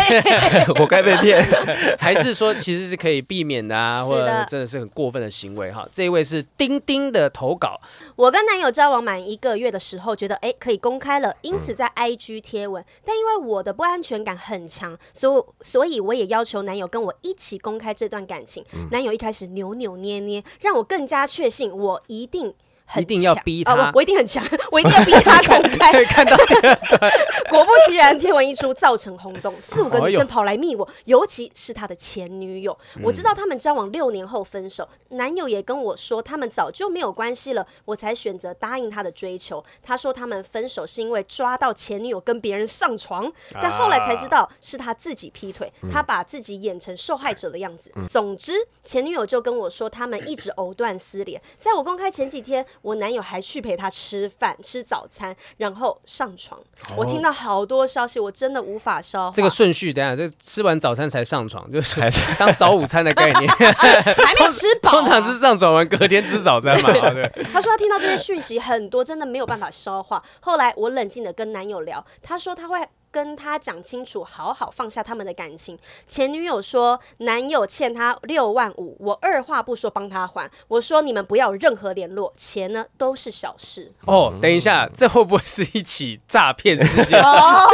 Speaker 2: 我该被骗。
Speaker 1: 还是说其实是可以避免的啊，
Speaker 3: 是
Speaker 1: 或者
Speaker 3: 的
Speaker 1: 真的是很过分的行为哈。这一位是丁丁的投稿，
Speaker 3: 我跟男友交往满一个月的时候，觉得哎可以公开了，因此
Speaker 1: 嗯
Speaker 3: 在 IG 贴文。但因为我的不安全感很强，所以所以我也要求男友跟我一起公开这段感情。
Speaker 1: 嗯
Speaker 3: 男友一开始扭扭捏捏，让我更加确信我一定很
Speaker 1: 一定要
Speaker 3: 强
Speaker 1: 逼
Speaker 3: 啊
Speaker 1: 他
Speaker 3: 我我一定很强，我一定要逼 他公开。
Speaker 1: 可以看到
Speaker 3: 果不其然，贴文一出，造成轰动，四五个女生跑来密我，尤其是他的前女友。我知道他们交往六年后分手，男友也跟我说他们早就没有关系了，我才选择答应他的追求。他说他们分手是因为抓到前女友跟别人上床，但后来才知道是他自己劈腿，
Speaker 1: 嗯
Speaker 3: 他把自己演成受害者的样子。总之，前女友就跟我说他们一直藕断丝连。在我公开前几天，我男友还去陪她吃饭、吃早餐，然后上床。我听到好多消息，我真的无法消化。
Speaker 1: 哦这个顺序，等一下这吃完早餐才上床，就是当早午餐的概 念。
Speaker 3: 还没吃饱、啊
Speaker 1: 通常是上床完隔天吃早餐嘛， 对。
Speaker 3: 他说他听到这些讯息很多，真的没有办法消化。后来我冷静的跟男友聊，他说他会。跟他讲清楚，好好放下他们的感情。前女友说男友欠他六万五，我二话不说帮他还。我说你们不要有任何联络，钱呢都是小 事。
Speaker 1: 哦，等一下，这会不会是一起诈骗事件？
Speaker 3: 哦，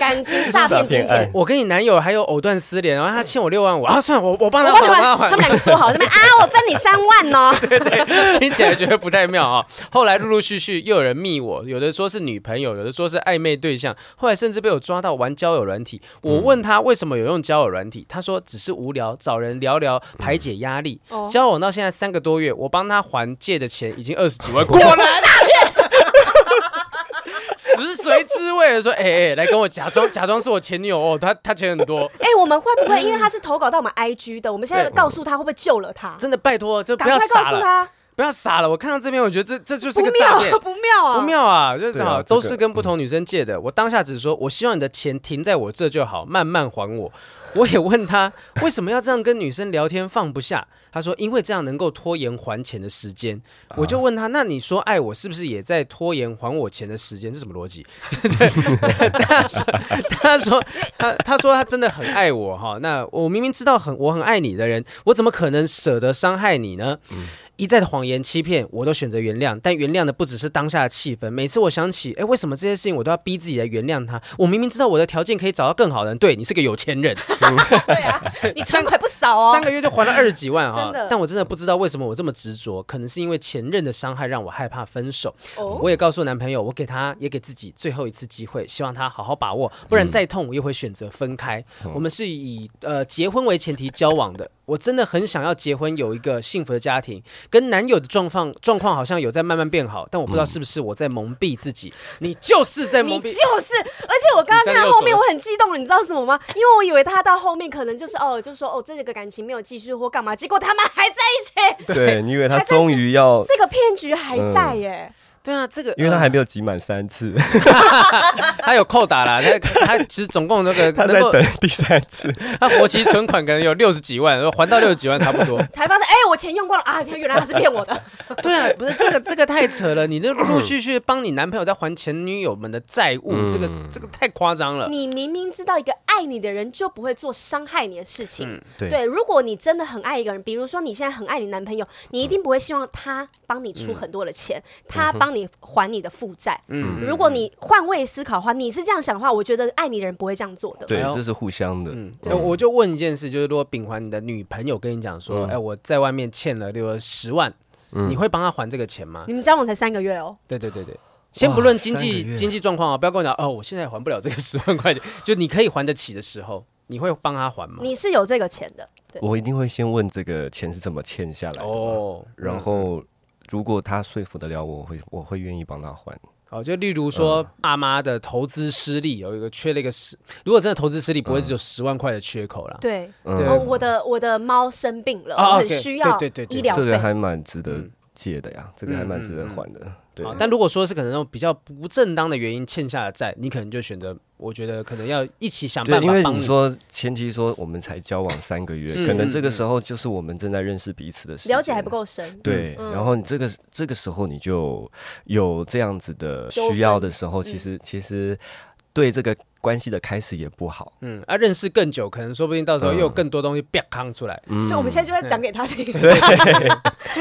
Speaker 3: 感情诈骗金
Speaker 2: 诈骗
Speaker 3: 钱
Speaker 2: 案，
Speaker 1: 我跟你男友还有藕断丝连，然后他欠我六万五啊，算了，我我帮
Speaker 3: 我
Speaker 1: 他还，
Speaker 3: 帮你
Speaker 1: 我帮
Speaker 3: 们，
Speaker 1: 还
Speaker 3: 他们。两个说好，这边啊，我分你三 万哦。
Speaker 1: 听起来觉得不太妙啊、后来陆陆续续又有人密我，有的说是女朋友，有的说是暧昧对象，后来甚至被我抓到玩交友软体。我问他为什么有用交友软体，他说只是无聊，找人聊聊排解压力。
Speaker 3: 哦
Speaker 1: 交往到现在三个多月，我帮他还借的钱已经二十几 万，果然。 食髓知味的说，哎、哎、来跟我假装假装是我前女友哦，她她钱很多，
Speaker 3: 哎、我们会不会因为他是投稿到我们 IG 的，我们现在告诉他会不会救了他？
Speaker 1: 真的拜托，就
Speaker 3: 赶
Speaker 1: 不要
Speaker 3: 快告
Speaker 1: 傻
Speaker 3: 诉
Speaker 1: 了，
Speaker 3: 他，
Speaker 1: 不要傻了。我看到这边，我觉得这这就是
Speaker 3: 不
Speaker 1: 个诈
Speaker 3: 妙
Speaker 1: 骗，，
Speaker 3: 不妙啊！
Speaker 1: 不妙啊！就是
Speaker 2: 对啊
Speaker 1: 好，
Speaker 2: 这个
Speaker 1: 都是跟不同女生借的。我当下只说，我希望你的钱停在我这就好，慢慢还我。 我也问他为什么要这样跟女生聊天放不下，他说因为这样能够拖延还钱的时间。我就问他，那你说爱我是不是也在拖延还我钱的时间？这什么逻辑？ 他说他说他他说他真的很爱我哈。那我明明知道很我很爱你的人，我怎么可能舍得伤害你呢？一再的谎言欺骗，我都选择原谅，但原谅的不只是当下的气氛。每次我想起，哎，为什么这些事情我都要逼自己来原谅他？我明明知道我的条件可以找到更好的人，对你是个有钱人，
Speaker 3: 对 啊，你存款不少哦。
Speaker 1: 三个月就还了二十几万啊
Speaker 3: 真的！
Speaker 1: 但我真的不知道为什么我这么执着，可能是因为前任的伤害让我害怕分手。
Speaker 3: 哦，
Speaker 1: 我也告诉男朋友，我给他也给自己最后一次机会，希望他好好把握，不
Speaker 3: 嗯
Speaker 1: 然再痛我也会选择分开。
Speaker 3: 哦
Speaker 1: 我们是以呃结婚为前提交往的，我真的很想要结婚，有一个幸福的家庭。跟男友的状况状况好像有在慢慢变好，但我不知道是不是我在蒙蔽自己，你就是在
Speaker 3: 嗯你
Speaker 1: 蒙蔽。
Speaker 3: 就是，而且我刚刚看到后面，我很激动，你知道什么吗？因为我以为他到后面可能就是哦，就说哦，这个感情没有继续或干嘛，结果他们还在一起，
Speaker 2: 对，你以为他终于要，
Speaker 3: 这个骗局还
Speaker 1: 嗯
Speaker 3: 在耶。
Speaker 1: 对啊，这个
Speaker 2: 因为他
Speaker 1: 呃
Speaker 2: 还没有集满三次，
Speaker 1: 他有扣打啦，他他其实总共那个
Speaker 2: 他
Speaker 1: 能
Speaker 2: 在
Speaker 1: 够
Speaker 2: 等第三次。
Speaker 1: 他活期存款可能有六十几万，还到六十几万差不多。
Speaker 3: 才发现，哎、我钱用光了啊！原来他是骗我的，
Speaker 1: 对啊，不是这个这个太扯了，你这陆陆续续帮你男朋友在还前女友们的债务，这个这个太夸张
Speaker 2: 嗯
Speaker 1: 了。
Speaker 3: 你明明知道一个爱你的人就不会做伤害你的事情，
Speaker 1: 嗯
Speaker 2: 对
Speaker 3: 对，如果你真的很爱一个人，比如说你现在很爱你男朋友，你一定不会希望他帮你出很多的钱，他帮你还你的负债。嗯，如果你换位思考的话，你是这样想的话，我觉得爱你的人不会这样做的。
Speaker 2: 对
Speaker 1: 哎，呦
Speaker 2: 这是互相的。嗯，
Speaker 1: 那我就问一件事，就是如果秉环你的女朋友跟你讲说，哎、我在外面欠了六十万，你会帮她还这个钱吗？
Speaker 3: 你们交往才三个月哦，
Speaker 1: 对对对对。先不论经
Speaker 2: 嗯三个
Speaker 1: 济
Speaker 2: 月
Speaker 1: 经济状况啊，不要跟我讲哦，我现在还不了这个十万块钱。就你可以还得起的时候，你会帮她还吗？
Speaker 3: 你是有这个钱的。对，
Speaker 2: 我一定会先问这个钱是怎么欠下来的嘛，
Speaker 1: 哦，
Speaker 2: 然后如果他说服得了我，我会我会愿意帮他还。
Speaker 1: 哦，就例如
Speaker 2: 嗯
Speaker 1: 说爸妈的投资失利，有一个缺了一个十，如果真的投资失利，不会只有十万块的缺口啦。
Speaker 3: 对，
Speaker 2: 嗯
Speaker 1: 对
Speaker 3: 哦，我的我的猫生病了，
Speaker 1: 呃啊
Speaker 3: 我很
Speaker 1: OK，
Speaker 3: 需要
Speaker 1: 对对对对
Speaker 3: 医疗
Speaker 2: 这
Speaker 3: 费
Speaker 2: 个。还蛮值得借的呀，这个还蛮值得还的。对
Speaker 1: 好，，但如果说是可能那种比较不正当的原因欠下的债，你可能就选择我觉得可能要一起想
Speaker 2: 对，
Speaker 1: 办
Speaker 2: 因
Speaker 1: 法
Speaker 2: 为
Speaker 1: 帮
Speaker 2: 你说前提说我们才交往三个月，
Speaker 1: 是嗯
Speaker 2: 可能这个时候就是我们正在认识彼此的时间
Speaker 3: 了解还不。够深，
Speaker 2: 对，
Speaker 3: 嗯
Speaker 2: 然后你这个这个时候你就有这样子的
Speaker 3: 纠纷嗯
Speaker 2: 需要的时候，其实其实对这个关系的开始也不好。
Speaker 1: 嗯，啊，认识更久，可能说不定到时
Speaker 2: 嗯
Speaker 1: 候又有更多东西啪扛出来。
Speaker 3: 所以我们现在就在讲给他听。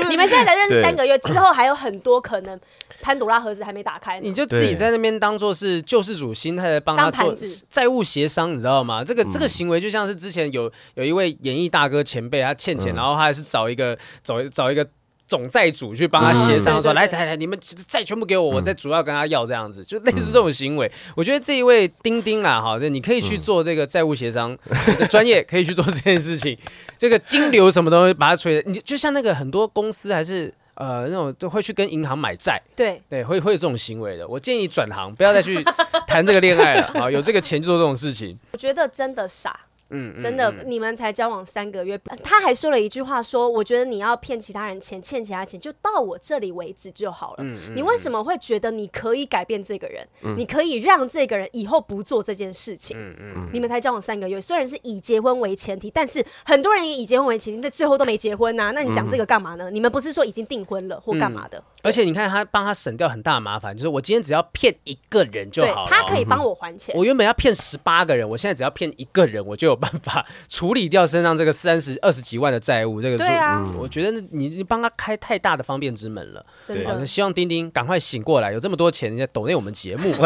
Speaker 3: 你们现在才认识三个月，之后还有很多可能潘朵拉盒子还没打开呢
Speaker 1: 你。就自己
Speaker 2: 对
Speaker 1: 在那边当做是救世主心态的帮他
Speaker 3: 当
Speaker 1: 做
Speaker 3: 盘子
Speaker 1: 债务协商，你知道吗？这个这个行为就像是之前有有一位演艺大哥前辈，他欠钱，然后他还是找一个找找一个总债主去帮他协商，
Speaker 3: 嗯
Speaker 1: 说
Speaker 3: 对对
Speaker 1: 来
Speaker 3: 对
Speaker 1: 来来，你们债全部给我，我再主要跟他要这样子，就类似这种行为。我觉得这一位丁丁啦，哈，就你可以去做这个债务协商，你的专业可以去做这件事情。 这个金流什么东西把它吹，你就像那个很多公司还是。呃，那种都会去跟银行买债，
Speaker 3: 对，
Speaker 1: 对，会会有这种行为的。我建议你转行，不要再 去谈这个恋爱了啊！有这个钱就做这种事情，
Speaker 3: 我觉得真的傻。
Speaker 1: 嗯，嗯
Speaker 3: 真的，
Speaker 1: 嗯
Speaker 3: 你们才交往三个月，呃他还说了一句话说我觉得你要骗其他人钱，欠其他钱就到我这里为止就好了。
Speaker 1: 嗯
Speaker 3: 你为什么会觉得你可以改变这个人？你可以让这个人以后不做这件事情？
Speaker 1: 嗯
Speaker 3: 你们才交往三个月，虽然是以结婚为前提，但是很多人也以结婚为前提，但最后都没结婚呐、啊那你讲这个干
Speaker 1: 嗯
Speaker 3: 嘛呢？你们不是说已经订婚了或干嘛的？
Speaker 1: 而且你看他帮他省掉很大的麻烦，就是我今天只要骗一个人就
Speaker 3: 对
Speaker 1: 好了。嗯
Speaker 3: 他可以帮我还钱。
Speaker 1: 我原本要骗十八个人，我现在只要骗一个人，我就有办法 处理掉身上这个三十二十几万的债务。这个
Speaker 3: 对
Speaker 1: 数
Speaker 3: 啊
Speaker 1: 我觉得你你帮他开太大的方便之门了。
Speaker 3: 真
Speaker 1: 好，
Speaker 3: 的
Speaker 1: 那希望丁丁赶快醒过来，有这么多钱，人家抖内我们节目，好不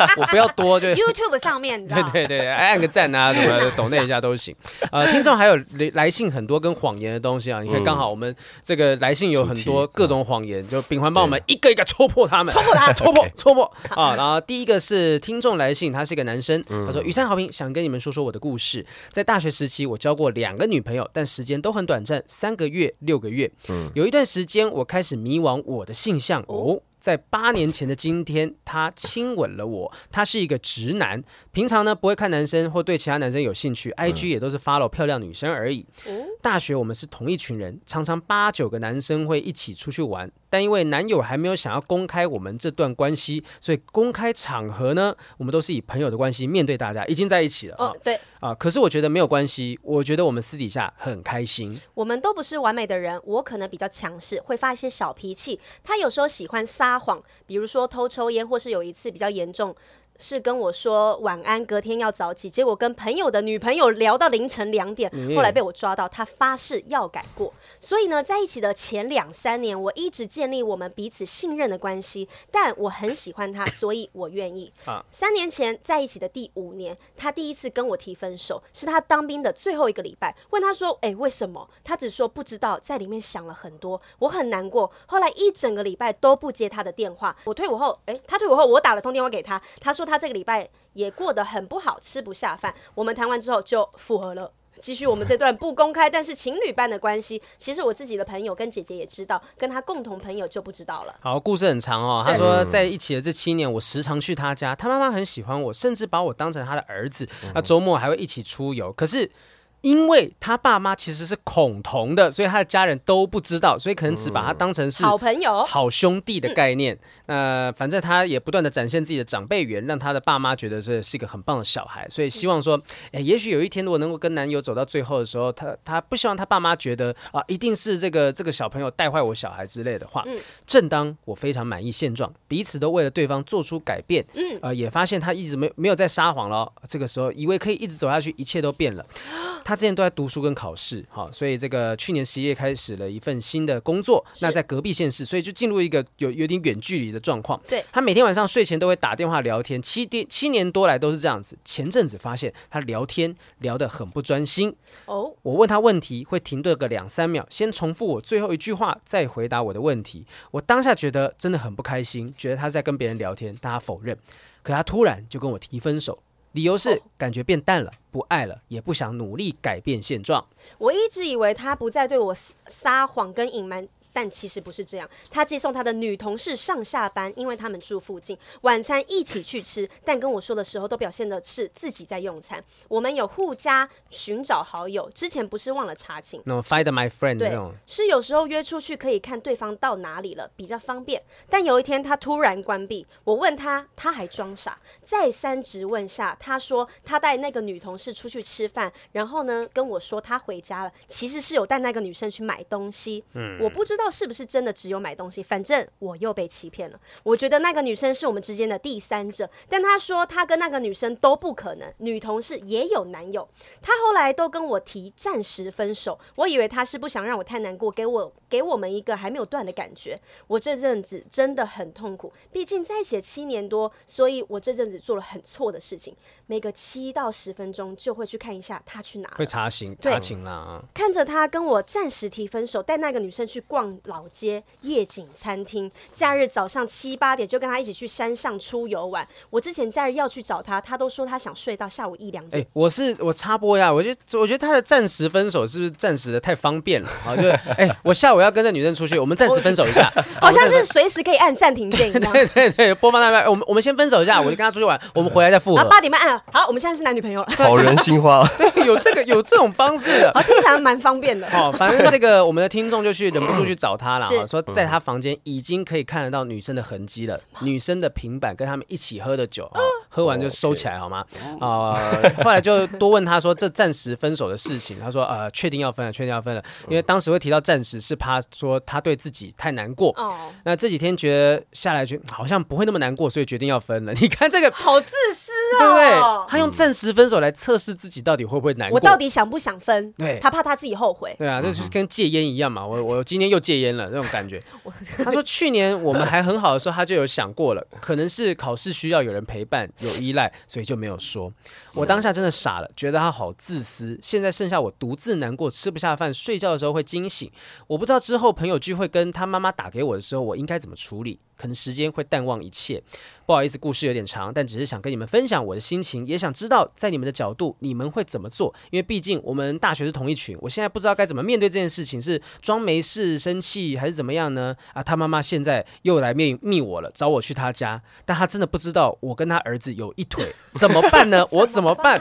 Speaker 1: 好我不要多，就
Speaker 3: ，YouTube 上面你知道
Speaker 1: 对
Speaker 3: 吗？
Speaker 1: 对对，按个赞啊，什么 的，抖那一下都行。呃，听众还有来来信很多跟谎言的东西啊，你看刚好我们这个来信有很多
Speaker 2: 嗯主题
Speaker 1: 各种谎言，就秉环帮我们一个一个戳破他们，戳破
Speaker 3: 他
Speaker 1: 戳破，戳破啊！然后第一个是听众来信，他是一个男生，
Speaker 2: 嗯
Speaker 1: 他说：“雨山好评，想跟你们说说我的故事。在大学时期，我交过两个女朋友，但时间都很短暂，三个月、六个月。有一段时间，我开始迷惘我的性向哦。在八年前的今天，他亲吻了我。他是一个直男，平常呢不会看男生或对其他男生有兴趣，IG 也都是 follow 漂亮女生而已。大学我们是同一群人，常常八九个男生会一起出去玩，但因为男友还没有想要公开我们这段关系，所以公开场合呢，我们都是以朋友的关系面对大家，已经在一起了啊
Speaker 3: 哦，对，
Speaker 1: 啊！可是我觉得没有关系，我觉得我们私底下很开心。
Speaker 3: 我们都不是完美的人，我可能比较强势，会发一些小脾气。他有时候喜欢撒谎，比如说偷抽烟，或是有一次比较严重，是跟我说晚安，隔天要早起，结果跟朋友的女朋友聊到凌晨两点，后来被我抓到，他发誓要改过。所以呢，在一起的前两三年，我一直建立我们彼此信任的关系，但我很喜欢他，所以我愿意。三年前在一起的第五年，他第一次跟我提分手，是他当兵的最后一个礼拜。问他说：“哎、为什么？”他只说不知道，在里面想了很多，我很难过。后来一整个礼拜都不接他的电话。我退伍后，哎、他退伍后，我打了通电话给他，他说他这个礼拜也过得很不好，吃不下饭。我们谈完之后就复合了。继续我们这段不公开但是情侣般的关系，其实我自己的朋友跟姐姐也知道，跟他共同朋友就不知道了。
Speaker 1: 好，故事很长哦。
Speaker 3: 是
Speaker 1: 他说，在一起的这七年，我时常去他家，他妈妈很喜欢我，甚至把我当成他的儿子。那周末还会一起出游。可是，因为他爸妈其实是恐同的，所以他的家人都不知道，所以可能只把他当成是
Speaker 3: 好朋友，
Speaker 1: 好兄弟的概念。 呃，反正他也不断的展现自己的长辈缘，让他的爸妈觉得这是一个很棒的小孩，所以希望说，哎、也许有一天如果能够跟男友走到最后的时候，他他不希望他爸妈觉得啊、一定是这个这个小朋友带坏我小孩之类的话。正当我非常满意现状，彼此都为了对方做出改变，嗯，呃，也发现他一直没有没有在撒谎了哦。这个时候，以为可以一直走下去，一切都变了。 他之前都在读书跟考试，哈，所以这个去年十一月开始了一份新的工作，那在隔壁县市，所以就进入一个有有点远距离的状况。
Speaker 3: 对
Speaker 1: 他每天晚上睡前都会打电话聊天，七天七年多来都是这样子。前阵子发现他聊天聊得很不专心，
Speaker 3: 哦，
Speaker 1: 我问他问题会停顿个两三秒，先重复我最后一句话，再回答我的问题。我当下觉得真的很不开心，觉得他在跟别人聊天，但他否认。可他突然就跟我提分手，理由是感觉变淡了，不爱了，也不想努力改变现状。
Speaker 3: 我一直以为他不再对我撒撒谎跟隐瞒但其实不是这样。他接送他的女同事上下班，因为他们住附近，晚餐一起去吃，但跟我说的时候都表现的是自己在用餐。我们有互加寻找好友，之前不是忘了查寝，
Speaker 1: 那种 find my friend 那
Speaker 3: 对
Speaker 1: 种，，
Speaker 3: 是有时候约出去可以看对方到哪里了，比较方便。但有一天他突然关闭，我问他，他还装傻，再三质问下，他说他带那个女同事出去吃饭，然后呢跟我说他回家了，其实是有带那个女生去买东西。
Speaker 1: 嗯
Speaker 3: 我不知道是不是真的只有买东西，反正我又被欺骗了。我觉得那个女生是我们之间的第三者，但他说他跟那个女生都不可能，女同事也有男友，他后来都跟我提暂时分手，我以为他是不想让我太难过，给我给我们一个还没有断的感觉。我这阵子真的很痛苦，毕竟在一起了七年多，所以我这阵子做了很错的事情。每隔七到十分钟就会去看一下他去哪
Speaker 1: 会
Speaker 3: 了，
Speaker 1: 查寝
Speaker 3: 对
Speaker 1: 查寝啦啊，
Speaker 3: 看着他跟我暂时提分手，带那个女生去逛老街、夜景餐厅，假日早上七八点就跟他一起去山上出游玩。我之前假日要去找他，他都说他想睡到下午一两点
Speaker 1: 哎、。我是我插播一下，我觉得我觉得他的暂时分手是不是暂时的太方便了啊？就是哎、我下午要跟这女生出去，我们暂时分手一下，
Speaker 3: 好像是随时可以按暂停键一 样。
Speaker 1: 哦对对对，播放那边，哎我们我们先分手一下，我就跟他出去玩，我们回来再复合
Speaker 3: 啊，。八点半按了，好，我们现在是男女朋友了，
Speaker 2: 好人心话，
Speaker 1: 有这个有这种方式的。
Speaker 3: 好，听起来蛮方便的。
Speaker 1: 哦，反正这个我们的听众就去忍不住去找他了，
Speaker 3: 是
Speaker 1: 哈说在他房间已经可以看得到女生的痕迹了，女生的平板跟他们一起喝的酒啊，喝完就收起来好吗？啊，后来就多问他说这暂时分手的事情，他说呃确定要分了，确定要分了，因为当时会提到暂时是怕说他对自己太难过，
Speaker 3: 哦，
Speaker 1: 那这几天觉得下来觉得好像不会那么难过，所以决定要分了。 你看这个
Speaker 3: 好自私
Speaker 1: 对不
Speaker 3: 哦
Speaker 1: 对？。他用暂时分手来测试自己到底会不会难过。
Speaker 3: 我到底嗯想不想分？
Speaker 1: 对
Speaker 3: 他怕他自己后悔。
Speaker 1: 对啊，这就是跟戒烟一样嘛。我我今天又戒烟了，那种 感觉。他说去年我们还很好的时候，他就有想过了，可能是考试需要有人陪伴，有依赖，所以就没有说。我当下真的傻了，觉得他好自私。现在剩下我独自难过，吃不下饭，睡觉的时候会惊醒。我不知道之后朋友聚会跟他妈妈打给我的时候，我应该怎么处理。可能时间会淡忘一切，不好意思，故事有点长，但只是想跟你们分享我的心情，也想知道在你们的角度，你们会怎么做？因为毕竟我们大学是同一群，我现在不知道该怎么面对这件事情，是装没事生气还是怎么样呢？啊，他妈妈现在又来密密我了，找我去他家，但他真的不知道我跟他儿子有一腿，怎么办呢？我怎么办？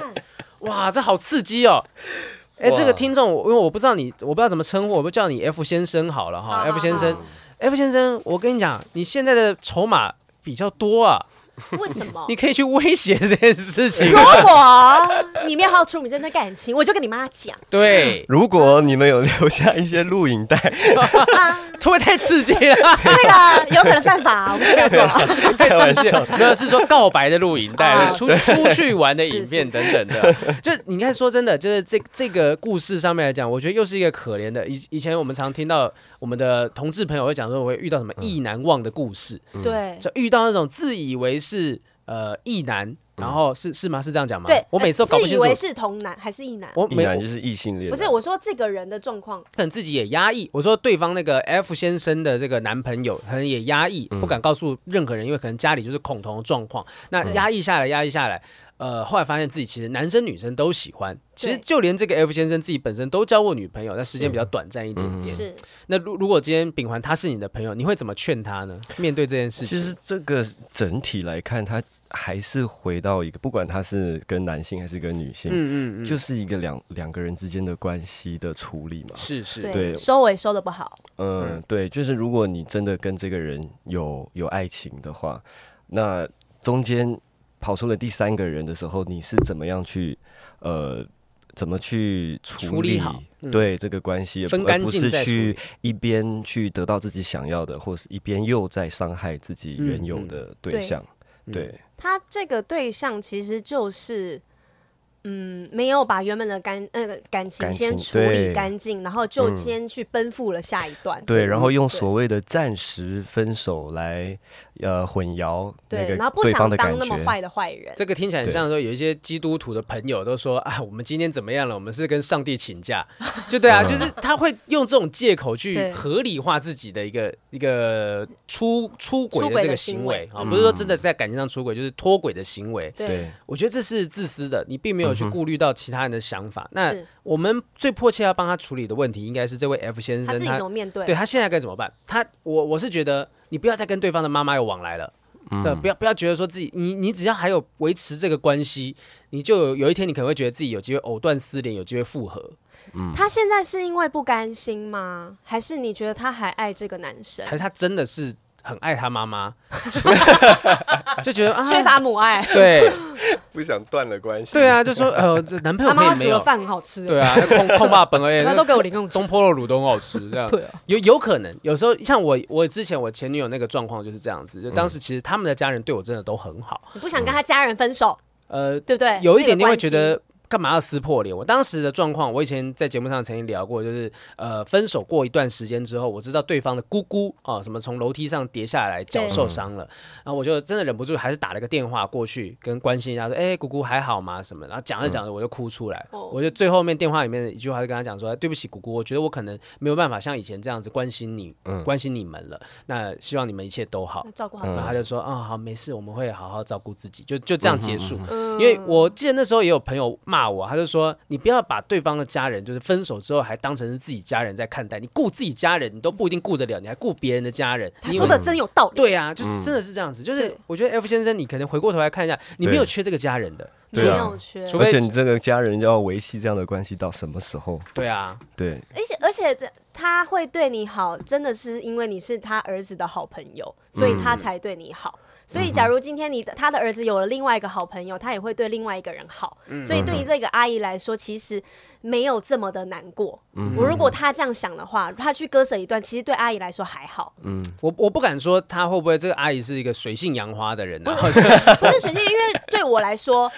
Speaker 1: 哇，这好刺激哦！ 哎，这个听众，我因为我不知道你，我不知道怎么称呼，我就叫你 F 先生好了哈
Speaker 3: 好好
Speaker 1: ，F 先生，F 先生，我跟你讲，你现在的筹码比较多啊，
Speaker 3: 为什 么
Speaker 1: 你？可以去威胁这件事情
Speaker 3: 如。果你没有好好处理这段感情，我就跟你 妈讲。
Speaker 1: 对，
Speaker 2: 如果你们有留下一些录 影带，
Speaker 1: 会不会太刺激了？
Speaker 3: 对了，有可能犯法，我们不要做。
Speaker 1: 啊
Speaker 2: 开玩笑，
Speaker 1: 没有，是说告白的录影带、
Speaker 3: 啊
Speaker 1: 出出去玩的
Speaker 3: 是
Speaker 1: 影
Speaker 3: 是
Speaker 1: 片等等的。就你看，说真的，就是这这个故事上面来讲，我觉得又是一个可怜的。以以前我们常听到我们的同志朋友会讲说，我会遇到什么意难忘的故事，
Speaker 3: 对
Speaker 1: 就遇到那种自以为是呃意难，然后是是吗？是这样讲吗？
Speaker 3: 对，哎呃
Speaker 1: 我每次都搞不
Speaker 3: 自以
Speaker 1: 清楚
Speaker 3: 为。是同男还是异男？
Speaker 1: 我
Speaker 2: 依
Speaker 1: 每
Speaker 2: 然就是异性恋。啊
Speaker 3: 不是，我说这个人的状况，
Speaker 1: 可能自己也压抑。我说对方那个 F 先生的这个男朋友可能也压抑，不敢告诉任何人，因为可能家里就是恐同的状况。那压抑下来，压抑下来，呃，后来发现自己其实男生女生都喜欢。其实
Speaker 3: 对
Speaker 1: 就连这个 F 先生自己本身都交过女朋友，但时间比较短暂一点点。
Speaker 3: 是
Speaker 1: 那如如果今天秉环他是你的朋友，你会怎么劝他呢？面对这件事
Speaker 2: 其
Speaker 1: 情，
Speaker 2: 实这个整体来看，它还是回到一个，不管他是跟男性还是跟女性，
Speaker 1: 嗯嗯嗯，
Speaker 2: 就是一个两两个人之间的关系的处理嘛。
Speaker 1: 是是，
Speaker 3: 对，
Speaker 2: 对
Speaker 3: 收尾收的不好，
Speaker 2: 嗯，对，就是如果你真的跟这个人有有爱情的话，那中间跑出了第三个人的时候，你是怎么样去呃？怎么去
Speaker 1: 处
Speaker 2: 处
Speaker 1: 理好嗯
Speaker 2: 对这个关系，而
Speaker 1: 分
Speaker 2: 不
Speaker 1: 干
Speaker 2: 而不
Speaker 1: 净
Speaker 2: 是
Speaker 1: 再处
Speaker 2: 去
Speaker 1: 理
Speaker 2: 一边去得到自己想要的，或是一边又在伤害自己原
Speaker 1: 嗯
Speaker 2: 有
Speaker 1: 嗯
Speaker 2: 的
Speaker 3: 对
Speaker 2: 对象。对，
Speaker 3: 他这个对象其实就是，嗯，没有把原本的感呃感情
Speaker 2: 感
Speaker 3: 先
Speaker 2: 情
Speaker 3: 处理
Speaker 2: 对嗯
Speaker 3: 干净，然后就先去奔赴了下一段。
Speaker 2: 对，然后用
Speaker 3: 对
Speaker 2: 所谓的暂时分手来呃混淆那
Speaker 3: 对，
Speaker 2: 个
Speaker 3: 然后不
Speaker 2: 对
Speaker 3: 想
Speaker 2: 方的
Speaker 3: 当
Speaker 2: 感
Speaker 3: 那么
Speaker 2: 觉。
Speaker 3: 坏的坏人。
Speaker 1: 这个听起来很像说，有一些基督徒的朋友都说啊，我们今天怎么样了？我们是跟上帝请 假，就对啊，就是他会用这种借口去
Speaker 3: 对
Speaker 1: 合理化自己的一个一个出出轨
Speaker 3: 出
Speaker 1: 的
Speaker 3: 轨
Speaker 1: 这个
Speaker 3: 的
Speaker 1: 行
Speaker 3: 行
Speaker 1: 为哦
Speaker 3: 为嗯
Speaker 1: 啊，不是说真的是在感情上出轨，就是脱轨的行为。
Speaker 3: 对，
Speaker 2: 对，
Speaker 1: 我觉得这是自私的，你并没有有去顾虑到其他人的想法。那
Speaker 3: 是
Speaker 1: 我们最迫切要帮他处理的问题，应该是这位 F 先
Speaker 3: 他
Speaker 1: 生
Speaker 3: 自己
Speaker 1: 他
Speaker 3: 怎么面对？
Speaker 1: 对他现在该怎么办？他我我是觉得你不要再跟对方的妈妈有往来了，这不要不要觉得说自己你你只要还有维持这个关系，你就有有一天你可能会觉得自己有机会藕断丝连，有机会复合，
Speaker 2: 嗯
Speaker 3: 他现在是因为不甘心吗？还是你觉得他还爱这个男生
Speaker 1: 还？是他真的是很爱他妈 妈，就觉得啊，
Speaker 3: 缺乏母爱，
Speaker 1: 对
Speaker 2: 不想断了关系。
Speaker 1: 对啊，就说呃，这男朋友
Speaker 3: 他妈
Speaker 1: 可
Speaker 3: 妈
Speaker 1: 以没
Speaker 3: 煮的
Speaker 1: 有，
Speaker 3: 饭很好吃，欸
Speaker 1: 对啊，控控爸本而已，
Speaker 3: 他都给我零用钱。
Speaker 1: 东坡肉卤都很好吃，这样
Speaker 3: 对啊，
Speaker 1: 有有可能，有时候像我，我之前我前女友那个状况就是这样子，就当时其实他们的家人对我真的都很好，
Speaker 3: 你不想
Speaker 2: 嗯
Speaker 3: 跟他家人分手，
Speaker 1: 呃，
Speaker 3: 对不对？
Speaker 1: 有一
Speaker 3: 那个
Speaker 1: 点点会
Speaker 3: 关
Speaker 1: 觉
Speaker 3: 系
Speaker 1: 得干嘛要撕破脸？我当时的状况，我以前在节目上曾经聊过，就是呃，分手过一段时间之后，我知道对方的姑姑啊、什么从楼梯上跌下来，脚
Speaker 3: 对
Speaker 1: 受伤了，然后我就真的忍不住，还是打了个电话过去跟关心一下，说，哎、姑姑还好吗？什么？然后讲着讲着我就哭出来，
Speaker 3: 哦
Speaker 1: 我就最后面电话里面的一句话就跟他讲说，对不起，姑姑，我觉得我可能没有办法像以前这样子关心你，关心你们了，那希望你们一切都好
Speaker 3: 那。照顾好
Speaker 2: 嗯
Speaker 1: 然后
Speaker 3: 自
Speaker 1: 他
Speaker 3: 己。
Speaker 1: 就说啊、好，没事，我们会好好照顾自己，就就这样结束。
Speaker 3: 嗯
Speaker 1: 因为我记得那时候也有朋友骂我，他就说你不要把对方的家人，就是分手之后还当成是自己家人在看待，你顾自己家人你都不一定顾得了，你还顾别人的家人。
Speaker 3: 他
Speaker 1: 你
Speaker 3: 说的真有道理。
Speaker 1: 对啊，
Speaker 3: 嗯
Speaker 1: 就是真的是这样子，就是
Speaker 3: 对
Speaker 1: 我觉得 F 先生，你可能回过头来看一下，你没有缺这个家人的，
Speaker 3: 没
Speaker 2: 对啊
Speaker 3: 有缺。
Speaker 1: 除
Speaker 2: 而
Speaker 1: 非
Speaker 2: 且你这个家人要维系这样的关系到什么时候？
Speaker 1: 对啊，
Speaker 2: 对，
Speaker 3: 而且而且这他会对你好，真的是因为你是他儿子的好朋友，所以他才对你好。所以，假如今天你的他的儿子有了另外一个好朋友，他也会对另外一个人好。所以，对于这个阿姨来说，其实没有这么的难过。我如果他这样想的话，他去割舍一段，其实对阿姨来说还好。
Speaker 1: 我我不敢说他会不会这个阿姨是一个水性杨花的人啊，
Speaker 3: 不是水晶，因为对我来 说，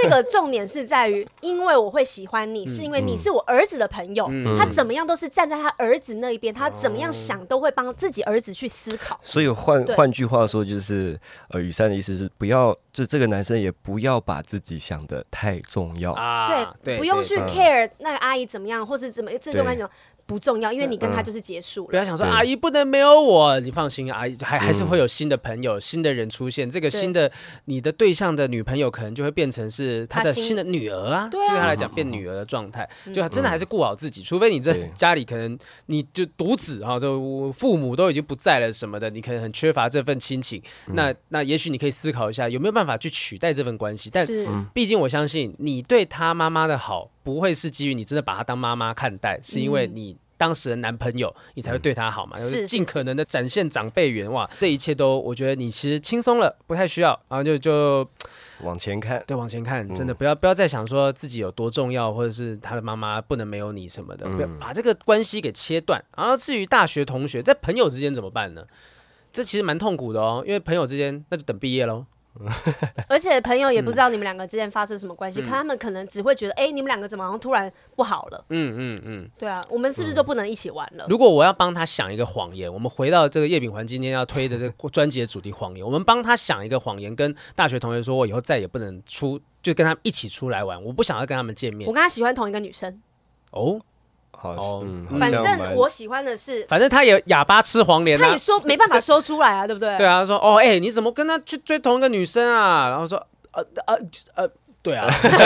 Speaker 3: 这个重点是在于，因为我会喜欢
Speaker 1: 嗯
Speaker 3: 你，是因为你是我儿子的朋友，他怎么样都是站在他儿子那一边，他怎么样想都会帮自己儿子去思考。
Speaker 2: 所以换
Speaker 3: 对
Speaker 2: 换句话说，就是呃，雨珊的意思是不要，就这个男生也不要把自己想的太重要。
Speaker 1: 啊，对，
Speaker 3: 不用
Speaker 1: 对
Speaker 3: 去
Speaker 1: 对
Speaker 3: care 那个阿姨怎么样，或是怎么这段关系怎么不重要，因为你跟他就是结束
Speaker 1: 不
Speaker 3: 了。
Speaker 1: 要想说
Speaker 2: 对嗯
Speaker 1: 阿姨不能没有我，你放心，阿姨还还是会有新的朋友、新的人出现。这个
Speaker 3: 对
Speaker 1: 新的你的对象的女朋友，可能就会变成是他的
Speaker 3: 她新
Speaker 1: 新的女儿啊，
Speaker 3: 对啊嗯
Speaker 1: 他来讲变女儿的状态，就真的还是顾好自己。除非你这
Speaker 2: 嗯对
Speaker 1: 家里可能你就独子啊，就父母都已经不在了什么的，你可能很缺乏这份亲情。
Speaker 2: 嗯
Speaker 1: 那那也许你可以思考一下，有没有办法去取代这份关系？但嗯
Speaker 3: 是，
Speaker 1: 毕竟我相信你对她妈妈的好，不会是基于你真的把她当妈妈看待，是因为你当时的男朋友，你才会对她好嗯嘛。就是
Speaker 3: 是
Speaker 1: 尽可能的展现长辈缘哇，这一切都我觉得你其实轻松了，不太需要，然后就就
Speaker 2: 往前看，
Speaker 1: 对往前看，真的不要不要再想说自己有多重要，或者是她的妈妈不能没有你什么的，不要把这个关系给切断。然后至于大学同学在朋友之间怎么办呢？这其实蛮痛苦的哦，因为朋友之间那就等毕业喽。
Speaker 3: 而且朋友也
Speaker 1: 嗯
Speaker 3: 不知道你们两个之间发生什么关系，看他们可能只会觉得，哎，你们两个怎么好像突然不好了？
Speaker 1: 嗯嗯嗯。
Speaker 3: 对啊，我们是不是就不能一起玩了？
Speaker 1: 如果我要帮他想一个谎言，我们回到这个叶秉环今天要推的这个专辑的主题谎言，我们帮他想一个谎言，跟大学同学说，我以后再也不能出，就跟他们一起出来玩，我不想要跟他们见面
Speaker 3: 我。跟他喜欢同一个女生，
Speaker 1: 哦，
Speaker 2: 好，
Speaker 1: 哦
Speaker 2: 嗯，
Speaker 1: 嗯
Speaker 2: 好
Speaker 3: 反
Speaker 2: 像
Speaker 3: 正
Speaker 2: 蛮
Speaker 3: 我喜欢的是
Speaker 1: 反正他也哑巴吃黄连
Speaker 3: 他
Speaker 1: 啊
Speaker 3: 也。说没办法说出来啊，对不对？
Speaker 1: 对啊，他说哦，哎、你怎么跟他去追同一个女生啊？然后说呃呃就呃，对啊，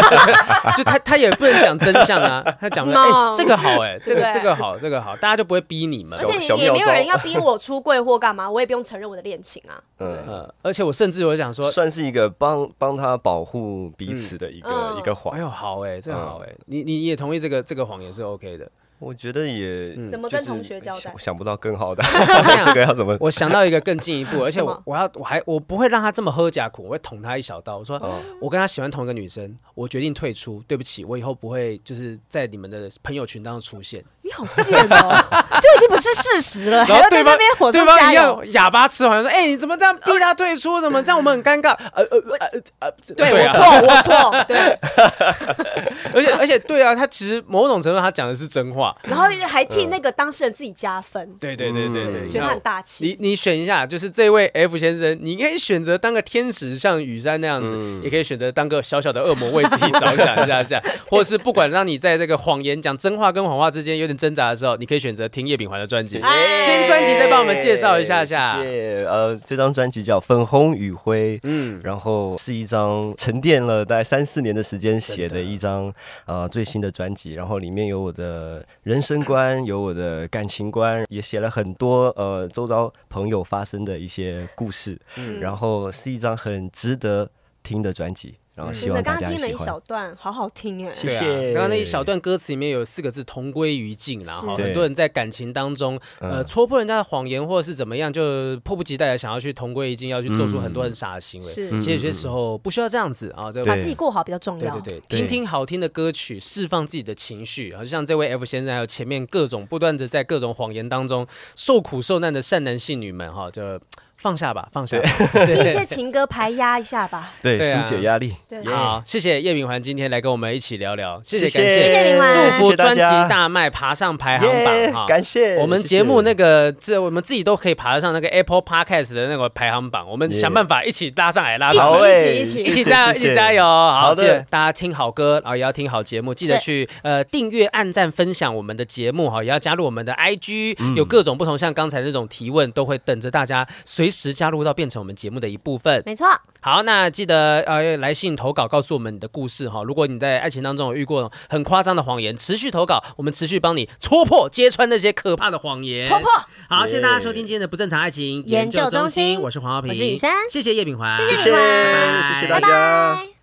Speaker 1: 就他他也不能讲真相啊，他讲了哎、
Speaker 3: No
Speaker 1: 这个好哎、这个
Speaker 3: 对
Speaker 1: 这个好这个好，大家就不会逼你们
Speaker 3: 而
Speaker 2: 小。
Speaker 3: 且
Speaker 2: 小
Speaker 3: 也
Speaker 2: 妙
Speaker 3: 没有
Speaker 2: 招
Speaker 3: 人要逼我出柜或干嘛，我也不用承认我的恋情啊。
Speaker 2: 嗯，
Speaker 1: 呃，而且我甚至我想说，
Speaker 2: 算是一个帮帮他保护彼此的一个
Speaker 3: 嗯
Speaker 2: 一个
Speaker 1: 哎
Speaker 2: 环。
Speaker 1: 呦好哎、这个好哎、你你也同意这个这个谎言是 OK 的。
Speaker 2: 我觉得也
Speaker 3: 怎么
Speaker 2: 就
Speaker 3: 跟
Speaker 2: 是
Speaker 3: 同学交代
Speaker 2: 想想不到更好的，
Speaker 1: 嗯 没有
Speaker 2: 这个要怎么？
Speaker 1: 我想到一个更进一步，而且
Speaker 3: 什
Speaker 1: 我
Speaker 3: 么
Speaker 1: 我要我还我不会让他这么喝假苦，我会捅他一小刀。我说、我跟他喜欢同一个女生，我决定退出，对不起，我以后不会就是在你们的朋友群当中出现。
Speaker 3: 你好贱哦，就已经不是事实 了，还
Speaker 1: 然后
Speaker 3: 要
Speaker 1: 对
Speaker 3: 在
Speaker 1: 方
Speaker 3: 那边火
Speaker 1: 对
Speaker 3: 上
Speaker 1: 方
Speaker 3: 加
Speaker 1: 一
Speaker 3: 油。
Speaker 1: 样哑巴吃黄连，说：“哎、你怎么这样逼他退出？怎么这样？我们很尴尬。呃”呃呃呃呃，
Speaker 3: 对
Speaker 1: 对
Speaker 3: 我
Speaker 1: 啊
Speaker 3: 错，我错， 对，
Speaker 1: 而且而且对啊，他其实某种程度他讲的是真话。
Speaker 3: 然后还替那个当事人自己加分，
Speaker 1: 对对对对
Speaker 2: 嗯
Speaker 1: 对，你
Speaker 3: 觉
Speaker 1: 看
Speaker 3: 得他很大气。
Speaker 1: 你你选一下，就是这位 F 先生，你可以选择当个天使，像雨山那样子，
Speaker 2: 嗯
Speaker 1: 也可以选择当个 小小的恶魔，为自己着想一下下，或是不管让你在这个谎言讲真话跟谎话之间有点人挣扎的时候，你可以选择听叶秉怀的专辑。新专辑再帮我们介绍一下下。
Speaker 2: 哎谢谢。呃，这张专辑叫《粉红与灰》，嗯，然后是一张沉淀了大概三四年的时间写的一张呃最新的专辑，然后里面有我的人生观，有我的感情观，也写了很多呃周遭朋友发生的一些故事，嗯、然后是一张很值得听的专辑。然后
Speaker 3: 嗯
Speaker 2: 希望大
Speaker 3: 家
Speaker 2: 喜
Speaker 3: 听了一
Speaker 2: 欢。
Speaker 3: 小段，好好听哎。
Speaker 2: 谢
Speaker 1: 对啊
Speaker 2: 谢。
Speaker 1: 刚刚那一小段歌词里面有四个字“同归于尽”啦，然后
Speaker 3: 是
Speaker 1: 很多人在感情当中，
Speaker 2: 嗯
Speaker 1: 呃，戳破人家的谎言或者是怎么样，就迫不及待的想要去同归于尽，要去
Speaker 2: 嗯
Speaker 1: 做出很多很傻的行为。
Speaker 3: 是
Speaker 1: 其实有些时候不需要这样子啊，这个
Speaker 3: 把自己过好比较重
Speaker 1: 对
Speaker 3: 要。
Speaker 1: 对对，听听好听的歌曲，释放自己的情绪，好像这位 F 先生，还有前面各种不断的在各种谎言当中受苦受难的善男信女们哈，就放下吧，放下吧。
Speaker 3: 听一些情歌排压一下吧。
Speaker 2: 对，
Speaker 1: 对啊
Speaker 2: 疏解压力。
Speaker 3: 对，
Speaker 1: 好，谢谢叶秉环今天来跟我们一起聊聊，谢谢，
Speaker 2: 谢
Speaker 1: 感
Speaker 3: 谢谢明环
Speaker 1: 祝
Speaker 2: 谢
Speaker 1: 福
Speaker 2: 谢大
Speaker 1: 专辑
Speaker 2: 家
Speaker 1: 大卖，爬上排行
Speaker 2: 耶
Speaker 1: 榜哈。
Speaker 2: 感谢
Speaker 1: 我们
Speaker 2: 谢
Speaker 1: 节目
Speaker 2: 谢
Speaker 1: 那个，这我们自己都可以爬得上那个 Apple Podcast 的那个排行榜，我们
Speaker 2: 耶
Speaker 1: 想办法一起拉上来，拉上来。
Speaker 2: 好啊诶
Speaker 3: 一起
Speaker 1: 一
Speaker 3: 一
Speaker 1: 起
Speaker 2: 谢谢
Speaker 1: 加油，一
Speaker 2: 谢
Speaker 1: 起
Speaker 2: 谢
Speaker 1: 加油！好，
Speaker 2: 好
Speaker 1: 记
Speaker 2: 的
Speaker 1: 得大家听好歌，然后也要听好节目，记得去呃订阅、按赞、分享我们的节目哈，也要加入我们的
Speaker 2: 嗯
Speaker 1: IG，有各种不同，像刚才那种提问都会等着大家随时加入到变成我们节目的一部
Speaker 2: 嗯
Speaker 1: 分。
Speaker 3: 没错，
Speaker 1: 好，那记得呃来信投稿，告诉我们你的故事哈。如果你在爱情当中有遇过很夸张的谎言，持续投稿，我们持续帮你戳破、揭穿那些可怕的谎言。
Speaker 3: 戳破！
Speaker 1: 好，谢谢大家收听今天的不正常爱情
Speaker 3: 研究中
Speaker 1: 中
Speaker 3: 心
Speaker 1: 我是黄浩平，
Speaker 3: 我是雨珊
Speaker 1: 谢谢叶炳华，
Speaker 3: 谢
Speaker 2: 谢谢，
Speaker 3: 拜
Speaker 1: 拜
Speaker 2: 谢谢大家。
Speaker 3: 拜。